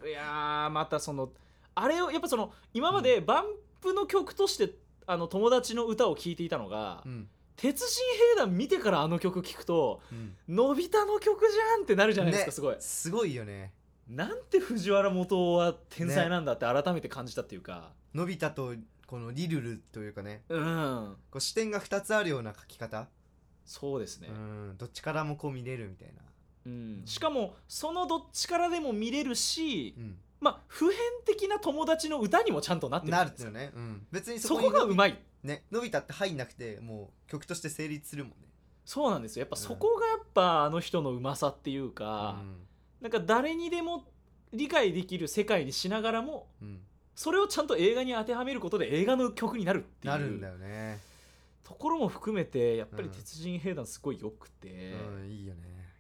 S1: いやーまたそのあれをやっぱその今までバンプの曲としてあの友達の歌を聴いていたのが、
S2: うん、
S1: 鉄人兵団見てからあの曲聴くと
S2: うん、
S1: のび太の曲じゃんってなるじゃないですか、
S2: ね
S1: すごい
S2: すごいよね
S1: なんて藤原元は天才なんだって改めて感じたっていうか、
S2: のび太とこのリルルというかね
S1: うん
S2: こう視点が2つあるような書き方、
S1: そうですね、
S2: うんどっちからもこう見れるみたいな、
S1: うん、しかもそのどっちからでも見れるし、
S2: うん、
S1: まあ普遍的な友達の歌にもちゃんとなってるじ
S2: な
S1: ゃ
S2: る
S1: い
S2: っ
S1: で
S2: て
S1: すか
S2: いうね、うん、別にそ
S1: そ
S2: こ
S1: こ
S2: に
S1: がうまい
S2: ねのび太って入んなくてもう曲として成立するもんね
S1: そうなんですよやっぱ
S2: うん
S1: そこがやっぱあの人のうまさっていうか、なんか誰にでも理解できる世界にしながらも
S2: うんうん、
S1: それをちゃんと映画に当てはめることで映画の曲になるって
S2: なる
S1: い
S2: んだ
S1: う
S2: よね、
S1: ところも含めてやっぱり
S2: うん
S1: 鉄人兵団すごい良くて、
S2: うんいいよね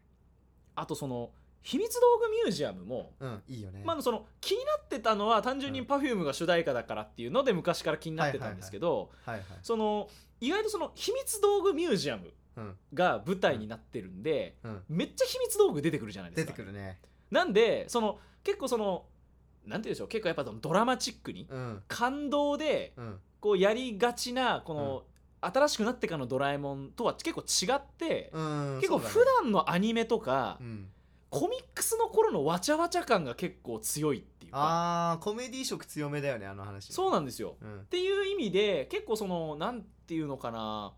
S1: あとその秘密道具ミュージアムも、
S2: うんいいよね
S1: まあ、その気になってたのは単純
S2: う
S1: に
S2: ん
S1: Perfume が主題歌だからっていうので昔から気になってたんですけど、
S2: はいはい
S1: その意外とその秘密道具ミュージアム
S2: うん
S1: が舞台になってるんで、
S2: うん
S1: めっちゃ秘密道具出てくるじゃないで
S2: 出
S1: すか。
S2: てくるね
S1: なんでその結構そのなんて言うんでしょう結構やっぱそのドラマチックに
S2: うん
S1: 感動で
S2: うん
S1: こうやりがちなこの、新しくなってからの「ドラえもん」とは結構違って、
S2: うん
S1: 結構
S2: そう
S1: 普
S2: だね
S1: 段のアニメとか、
S2: うん
S1: コミックスの頃のわちゃわちゃ感が結構強いっていうか
S2: あーコメディ色強めだよねあの話
S1: そうなんですよ。
S2: う、ん
S1: っ、ていう意味で結構そのなんていうのかな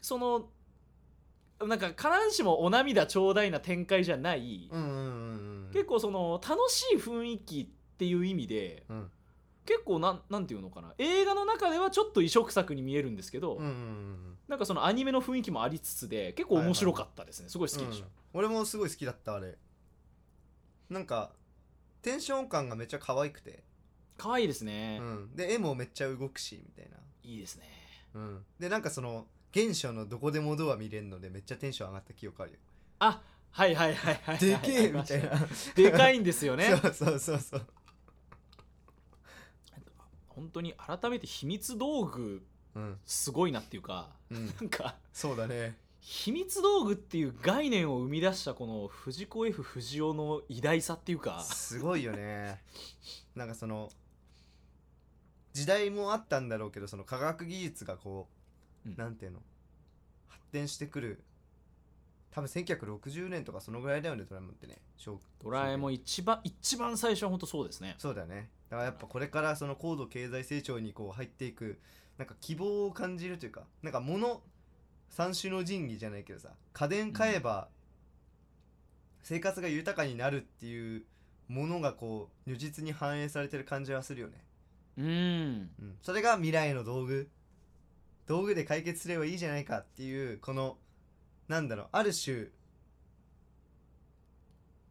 S1: そのなんか必ずしもお涙ちょうだいな展開じゃない、
S2: うんうんうんうん
S1: 結構その楽しい雰囲気っていう意味で
S2: うん
S1: 結構なんなんていうのかな映画の中ではちょっと異色作に見えるんですけど、
S2: うんうんうん
S1: なんかそのアニメの雰囲気もありつつで結構面白かったですね、すごい好きでし
S2: うん俺もすごい好きだったあれなんかテンション感がめっちゃ可愛くて、
S1: た可愛いですね
S2: う、ん、で絵もめっちゃ動くしみたい
S1: いいですね
S2: な、うん、でなんかその原初のどこでもドア見れるのでめっちゃテンション上がった記憶ある よ
S1: あはいはいはいはい
S2: でけえみたいな
S1: でかいんですよね
S2: そうそうそうそう
S1: 本当に改めて秘密道具
S2: うん、
S1: すごいなっていうか
S2: うん、
S1: なんか
S2: そうだね
S1: 秘密道具っていう概念を生み出したこの藤子 F 不二雄の偉大さっていうか
S2: すごいよねなんかその時代もあったんだろうけどその科学技術がこう、
S1: うん
S2: なんていうの発展してくる多分1960年とかそのぐらいだよねドラえもんってね小
S1: ドラえもん一番一番最初は本当そうですね
S2: そうだよねだからやっぱこれからその高度経済成長にこう入っていくなんか希望を感じるというかなんか物三種の神器じゃないけどさ家電買えば生活が豊かになるっていうものがこう如実に反映されてる感じはするよね、
S1: うん
S2: うん、それが未来の道具道具で解決すればいいじゃないかっていうこのなんだろうある種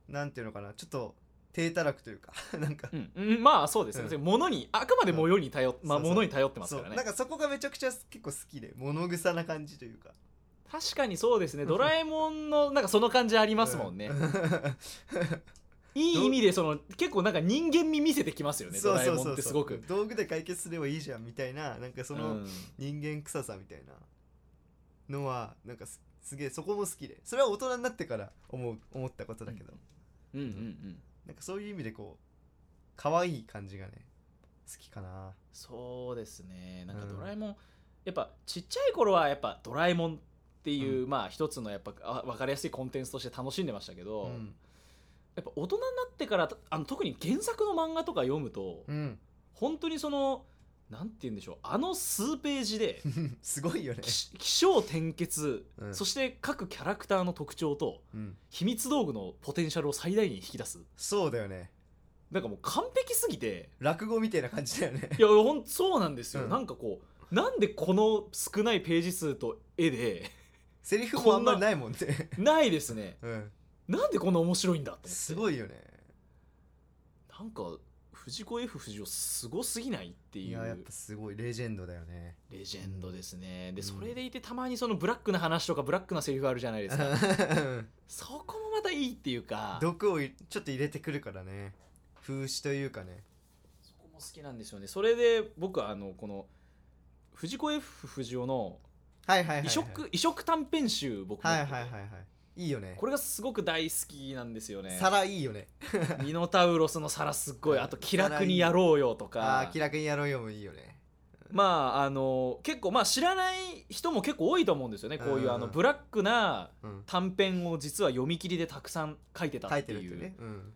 S2: なんていうのかなちょっと低たらくというか なんか
S1: うん、うん、まあそうですね、
S2: うん
S1: 物にあくまでも世に頼っ、まあ、
S2: そうそう
S1: 物に頼ってますか
S2: そう
S1: ら
S2: なん
S1: ね
S2: かそこがめちゃくちゃ結構好きで物臭な感じというか
S1: 確かにそうですねドラえもんのなんかその感じありますもんね、
S2: うん
S1: いい意味でその結構なんか人間味見せてきますよね
S2: そうそうそ
S1: ド
S2: う
S1: ラえもんってすごく
S2: 道具で解決すればいいじゃんみたいななんかその
S1: うん
S2: 人間臭さみたいなのはなんかすすげえそこも好きでそれは大人になってから思う思ったことだけど、
S1: うんうんうん
S2: なんかそういう意味でこう可愛い感じがね好きかな
S1: そうですねなんか
S2: うん
S1: ドラえもん、やっぱちっちゃい頃はやっぱドラえもんっていう、まあ一つのやっぱあ分かりやすいコンテンツとして楽しんでましたけど、
S2: うん、
S1: やっぱ大人になってからあの特に原作の漫画とか読むと、
S2: うん、
S1: 本当にそのなんて言うんでしょうあの数ページ で
S2: すごいよね、
S1: 起起承転結、
S2: うん
S1: そして各キャラクターの特徴と
S2: うん、
S1: 秘密道具のポテンシャルを最大限引き出す
S2: そうだよね
S1: なんかもう完璧すぎて
S2: 落語みたいな感じだよ ね
S1: いやほんそうなんですよ、
S2: うん
S1: なんかこうなんでこの少ないページ数と絵で
S2: セリフもあんまりないもんね
S1: ないですね
S2: うん
S1: なんでこんな面白いんだと思って
S2: すごいよね
S1: なんか藤子 F 不二雄すごすぎないって
S2: い
S1: い
S2: ややっ
S1: う
S2: ぱすごいレジェンドだよね
S1: レジェンドですね、で
S2: うん
S1: それでいてたまにそのブラックな話とかブラックなセリフあるじゃないですか そこもまたいいっていうか
S2: 毒をいちょっと入れてくるからね風刺というかね
S1: そこも好きなんですよねそれで僕はあのこの藤子 F 不二雄の
S2: はいはいはい、はい、
S1: 異色,、異色短編集僕持っ
S2: は
S1: て
S2: い
S1: て
S2: はいはいはいいいよね
S1: これがすごく大好きなんですよね
S2: 皿いいよね
S1: ミノタウロスの皿すっごいあと「気
S2: 皿
S1: 楽
S2: いい
S1: にやろうよ」と
S2: あ
S1: か
S2: あ気楽にやろうよもいいよね
S1: まああの結構まあ知らない人も結構多いと思うんですよねこういううんあのブラックな
S2: うん
S1: 短編を実は読み切りでたくさん書いてた
S2: 書
S1: っ
S2: い
S1: て
S2: てるっ
S1: い
S2: て
S1: う
S2: ねうん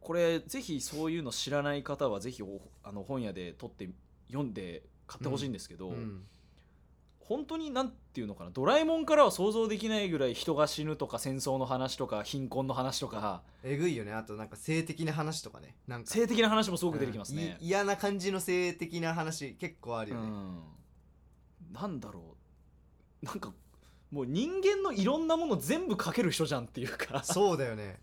S1: これぜひそういうの知らない方はぜひおあの本屋で取って読んで買ってほしいんですけど、
S2: うん
S1: 本当になんていうのかな「ドラえもん」からは想像できないぐらい人が死ぬとか戦争の話とか貧困の話とか
S2: えぐいよねあとなんか性的な話とかねなんか
S1: 性的な話もすごく出てきますね
S2: うん。い嫌な感じの性的な話結構ある
S1: う
S2: よね、
S1: ん、なんだろうなんかもう人間のいろんなもの全部書ける人じゃんっていうか
S2: そうだよね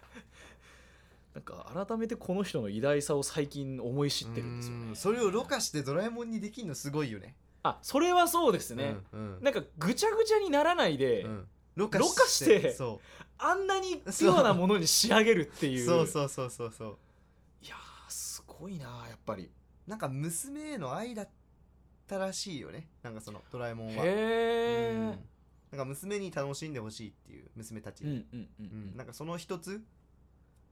S1: なんか改めてこの人の偉大さを最近思い知ってるんですよ
S2: う
S1: ね
S2: んそれをろ過してドラえもんにできるのすごいよね
S1: あそれはそうですね、
S2: うんうん
S1: なんかぐちゃぐちゃにならないで、
S2: うんろ
S1: ろ過して
S2: そ
S1: あんなにピュアなものに仕上げるって
S2: う
S1: いう
S2: そうそうそうそうそう
S1: いやーすごいなーやっぱり
S2: なんか娘への愛だったらしいよねなんかそのドラえもんは
S1: へ
S2: う
S1: ー
S2: んなんか娘に楽しんでほしいっていう娘たち、
S1: うんうんう
S2: うんんなんかその一つ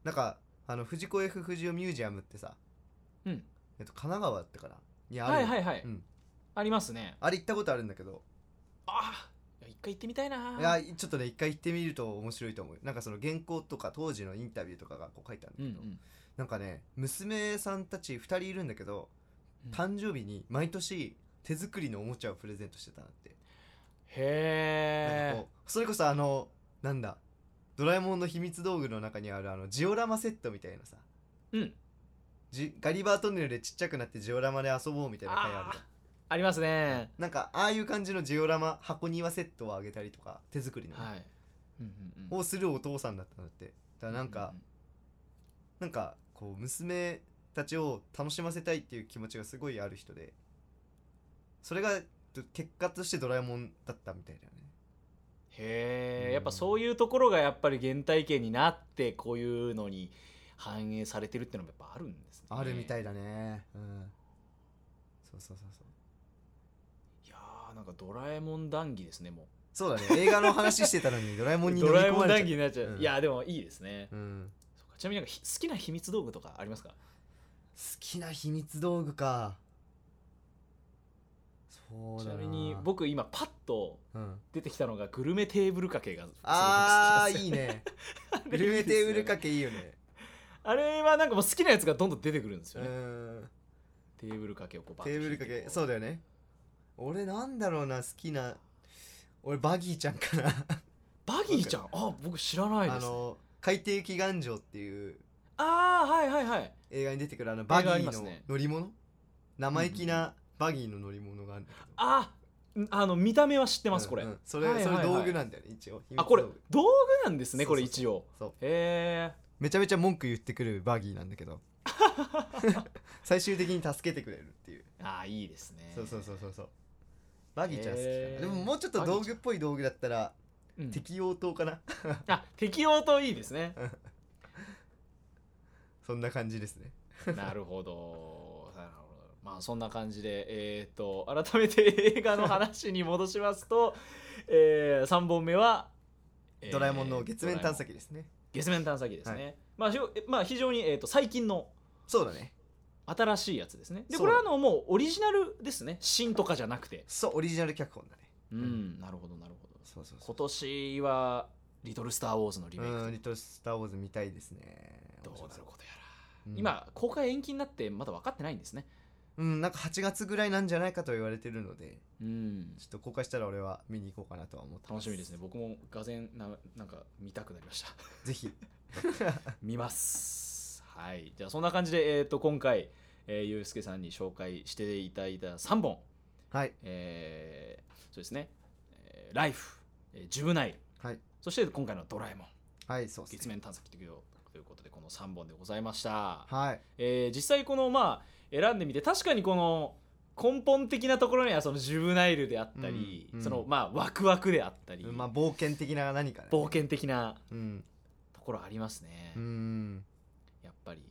S2: なんかあの藤子 F 不二雄ミュージアムってさ、
S1: うんうん
S2: えっと、神奈川だってからにある、
S1: はいはいはい、
S2: うん
S1: ありますね
S2: あれ行ったことあるんだけど
S1: あーいや一回行ってみたいない
S2: やちょっとね一回行ってみると面白いと思うよなんかその原稿とか当時のインタビューとかがこう書いてあ
S1: うん
S2: る
S1: うん
S2: だけど、
S1: ん
S2: なんかね娘さんたち2人いるんだけど、
S1: うん
S2: 誕生日に毎年手作りのおもちゃをプレゼントしてたなって、
S1: へ
S2: なん
S1: え
S2: かこうそれこそあのなんだドラえもんの秘密道具の中にあるあのジオラマセットみたいなさ
S1: うん
S2: じガリバートンネルでちっちゃくなってジオラマで遊ぼうみたいな回あるじゃん
S1: あありますね
S2: なんかああいう感じのジオラマ箱庭セットをあげたりとか手作りのね、
S1: はいうんうんうん
S2: をするお父さんだったんだってだからなんか、
S1: うう
S2: なんかこう娘たちを楽しませたいっていう気持ちがすごいある人でそれがど結果としてドラえもんだったみたいだよね
S1: へ
S2: う
S1: え
S2: ん
S1: やっぱそういうところがやっぱり原体験になってこういうのに反映されてるってのもやっぱあるんですね
S2: あるみた
S1: い
S2: いだねうんそうそうそうそう
S1: いやーなんかドラえもん談義ですねも
S2: そうだ ね映画の話してたのにドラえも
S1: う
S2: んに飲み
S1: ドラえ
S2: 込
S1: も
S2: ま
S1: ん
S2: れ
S1: 談
S2: ちゃ
S1: 義になっちゃう、
S2: うん
S1: いやーでもいいですね、
S2: う、うん、
S1: そうかちなみになんかひ好きな秘密道具とかありますか
S2: 好きな秘密道具かそう
S1: ち
S2: だ
S1: な
S2: な
S1: みに、僕今パッと
S2: うん、
S1: 出てきたのがグルメテーブルかけが
S2: あー
S1: す
S2: いいね
S1: ごく好きで
S2: グ
S1: す
S2: ルメテーブルか
S1: け
S2: けいいよね
S1: あれはなんかもう好きなやつがどんどん出てくるんです
S2: う
S1: よね、
S2: ん
S1: テーブルかけをこうバッ
S2: テ
S1: と
S2: ーブルか
S1: 引い
S2: け
S1: て
S2: そうだよね俺なんだろうな好きな俺バギーちゃんかな
S1: バギーちゃんあ僕知らない
S2: あ
S1: です、ね、
S2: の「海底祈願城」っていう
S1: ああはいはいはい
S2: 映画に出てくるあのバギ
S1: 映画あり
S2: ー
S1: ます
S2: の
S1: ね
S2: 乗り物、生意気なバギーの乗り物があるんだけど
S1: あんあの見た目は知ってますこれ、
S2: うんうんそれ、
S1: はいはいはい
S2: それ道具なんだよね一応
S1: あこれ
S2: 秘密道具
S1: 道具なんですねこれ
S2: そうそう
S1: 一応
S2: そう
S1: へえ
S2: めちゃめちゃ文句言ってくるバギーなんだ けど最終的に助けてくれるっていう、
S1: ああいいですね
S2: そうそうそうそうそうバギーちゃん好きかな、
S1: へー
S2: でももうちょっと道具っぽい道具だったら
S1: うん
S2: 適応灯かな
S1: あ適応といいですね
S2: そんな感じですね
S1: なるほどなるほどまあそんな感じでえっ、と改めて映画の話に戻しますと、 え3本目は、えー
S2: ドラえもんの月面探査機ですね。
S1: 月面探査機ですね、ま
S2: は
S1: あひょまあ非常に、えー、と最近の
S2: そうだね。
S1: 新しいやつですねで
S2: そ
S1: こ
S2: う
S1: れはあのもうオリジナルですね新とかじゃなくて
S2: そう、オリジナル脚本だね。
S1: うん、
S2: ん
S1: なるほどなるほど
S2: そうそう
S1: 今年は「リトル・スター・ウォーズ」のリメイク
S2: ん、リトルスター・ウォーズ見たいですね。
S1: どうなることや
S2: う
S1: ら、
S2: ん、
S1: 今公開延期になってまだ分かってないんですね
S2: うん、なんか8月ぐらいなんじゃないかと言われてるので、
S1: うん
S2: ちょっと公開したら俺は見に行こうかなとは思って
S1: 楽
S2: ます。
S1: しみですね。僕もがぜんななんか見たくなりました
S2: ぜひ。
S1: 見ますはいじゃあそんな感じで、えー、と今回、えー、ゆうすけさんに紹介していただいた3本
S2: はい。
S1: えーそうですね「ライフ」えー「ジュブナイル
S2: はい。」
S1: そして今回の「ドラえもん
S2: はい、そうです
S1: 月
S2: ね。
S1: 面探査機」ということでこの3本でございました
S2: はい。
S1: えー実際このまあ選んでみて確かにこの根本的なところにはそのジュブナイルであったり、
S2: うんうん
S1: そのまあワクワクであったり、
S2: まあ、冒険的な何か、ね。
S1: 冒。険的な
S2: うん。
S1: ところありますね、
S2: うん。
S1: やっぱり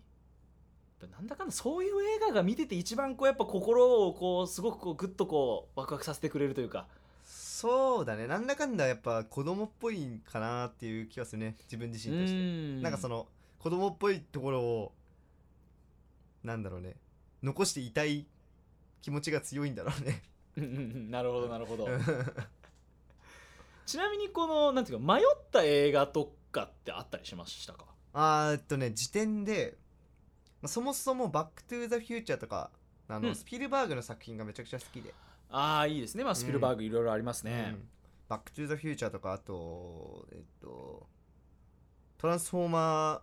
S1: やっぱなんだかんだそういう映画が見てて一番こうやっぱ心をこうすごくこうグッとこうワクワクさせてくれるというか
S2: そうだね。なんだかんだやっぱ子供っぽいかなっていう気がするね。自分自身として。なんかそ
S1: の
S2: の子供っぽいところをなんだろうね残していたい気持ちが強いんだろう ね。
S1: なるほどなるほど
S2: うん
S1: ちなみにこのなんていうか迷った映画とかってあったりしましたか
S2: あーえっとね時点でまあそもそも「バック・トゥ・ザ・フューチャー」とかあの、
S1: うん
S2: スピルバーグの作品がめちゃくちゃ好きで
S1: ああいいですねまあスピルバーグいろいろありますね、
S2: うんバック・トゥ・ザ・フューチャーとかあとえっとトランスフォーマー・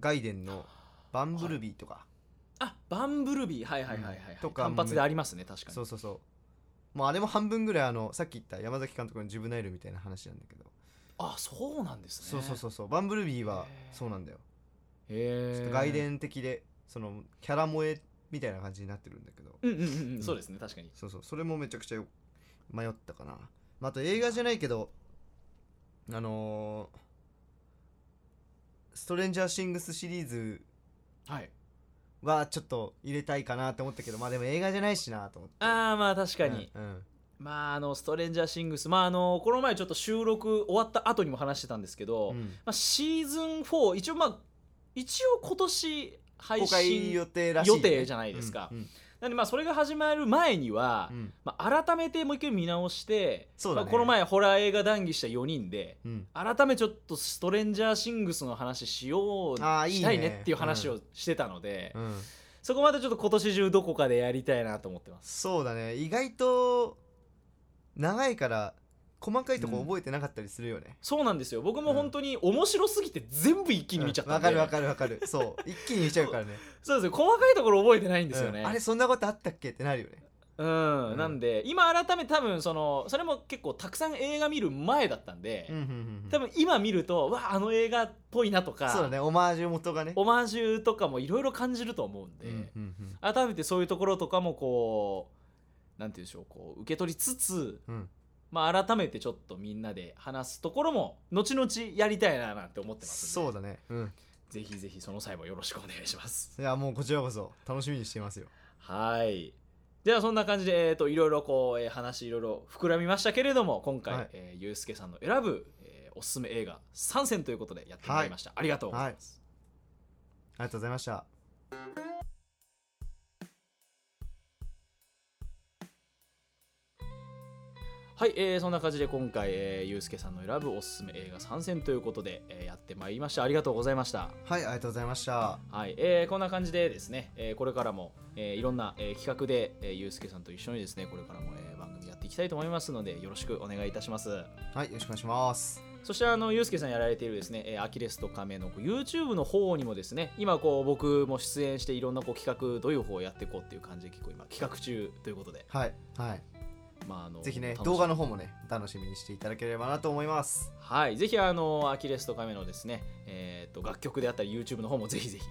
S2: ガイデンのバンブルビーとか、
S1: あバンブルビーはいはいはいはい、はい
S2: とか
S1: 単発でありますね確かに
S2: そうそうそうもうあれも半分ぐらいあのさっき言った山崎監督の「ジブナイル」みたいな話なんだけど、
S1: あそうなんですね
S2: そうそうそうそうバンブルビーは
S1: へー
S2: そうなんだよ
S1: うへえ
S2: ちょっと外伝的でそのキャラ萌えみたいな感じになってるんだけど
S1: うんうんうんうんそうですね確かに
S2: そうそうそれもめちゃくちゃよ迷ったかな、まあ、あと映画じゃないけどあのーストレンジャーシングス」シリーズ
S1: はい
S2: はちょっと入れたいかなと思ったけどまあでも映画じゃないしなと思って
S1: ああまあ確かに、
S2: うんうん
S1: まああのストレンジャーシングスまああのこの前ちょっと収録終わった後にも話してたんですけど、
S2: う
S1: ま
S2: ん
S1: あ、シーズン4一応まあ一応今年配
S2: 公開
S1: 信
S2: 予定らしいね、
S1: 予定じゃないですか
S2: うんうん
S1: なんでまあそれが始まる前には、
S2: うん
S1: まあ、改めてもう一回見直して、
S2: そうだね
S1: まあこの前ホラー映画談義した4人で
S2: うん
S1: 改めちょっとストレンジャーシングスの話しよう
S2: あーいいね
S1: したいねっていう話をしてたので、
S2: うん
S1: そこまでちょっと今年中どこかでやりたいなと思ってます
S2: そうだね意外と長いから細かいとこ覚えてなかったりするよね、
S1: そうなんですよ僕も本当に面白すぎて全部一気に見ちゃった
S2: わ
S1: んで、
S2: かるわかるわか るそう一気に見ちゃうからね
S1: そうですよ細かいところ覚えてないん ですよね、
S2: うんあれそんなことあったっけってなるよね
S1: うん
S2: うん
S1: なんで今改めて多分そのそれも結構たくさん映画見る前だったんで、
S2: うんうんうん
S1: 多分今見るとうわあの映画っぽいなとか
S2: そうだねオマージュ元がね
S1: オマージュとかもいろいろ感じると思うんで、
S2: うんうんうん
S1: 改めてそういうところとかもこうなんて言うんでしょうこう受け取りつつ、
S2: うん
S1: まあ、改めてちょっとみんなで話すところも後々やりたいななんて思ってますんで
S2: そうだねうん
S1: ぜひぜひその際もよろしくお願いします。
S2: いやもうこちらこそ楽しみにしていますよ
S1: はいではそんな感じで、えー、といろいろこう、えー話いろいろ膨らみましたけれども今回、
S2: はい
S1: えーゆうすけさんの選ぶ、えーおすすめ映画3選ということでやってまいりました、ありがとうございます、
S2: ありがとうございました
S1: はい、えーそんな感じで今回、えー、ゆうすけさんの選ぶおすすめ映画参戦ということで、えーやってまいりましたありがとうございました
S2: はいありがとうございました
S1: はい、えーこんな感じでですね、えーこれからも、えーいろんな、えー企画で、えー、ゆうすけさんと一緒にですねこれからも、えー番組やっていきたいと思いますのでよろしくお願いいたします
S2: はいよろしくお願いします
S1: そしてあのゆうすけさんやられているですね、えーアキレスと亀のこう YouTube の方にもですね今こう僕も出演していろんなこう企画どういう方をやっていこうっていう感じで結構今企画中ということで
S2: はいはい
S1: まああの
S2: ぜひね
S1: 楽しみ
S2: 動画の方もね楽しみにしていただければなと思います
S1: はい、ぜひあのアキレスとカメのですね、えー、と楽曲であったり YouTube の方もぜひぜひ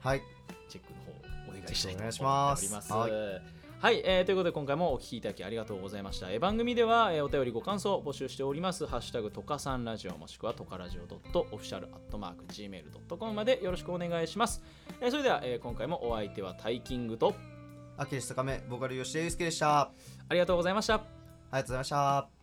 S2: はい
S1: チェックの方お願いしたいと
S2: お願いし
S1: 思って
S2: ま
S1: お
S2: す
S1: ります。は
S2: はいい、
S1: えーということで今回もお聞きいただきありがとうございました。えー番組では、えーお便りご感想を募集しております。ハッシュタグとかさんラジオもしくはとかラジオドットオフィシャルアットマーク gmail.com までよろしくお願いします。えーそれでは、えー今回もお相手はタイキングと
S2: アキレスとカメボーカル吉田祐介でしたあり
S1: ありがとうございました。
S2: がとうございました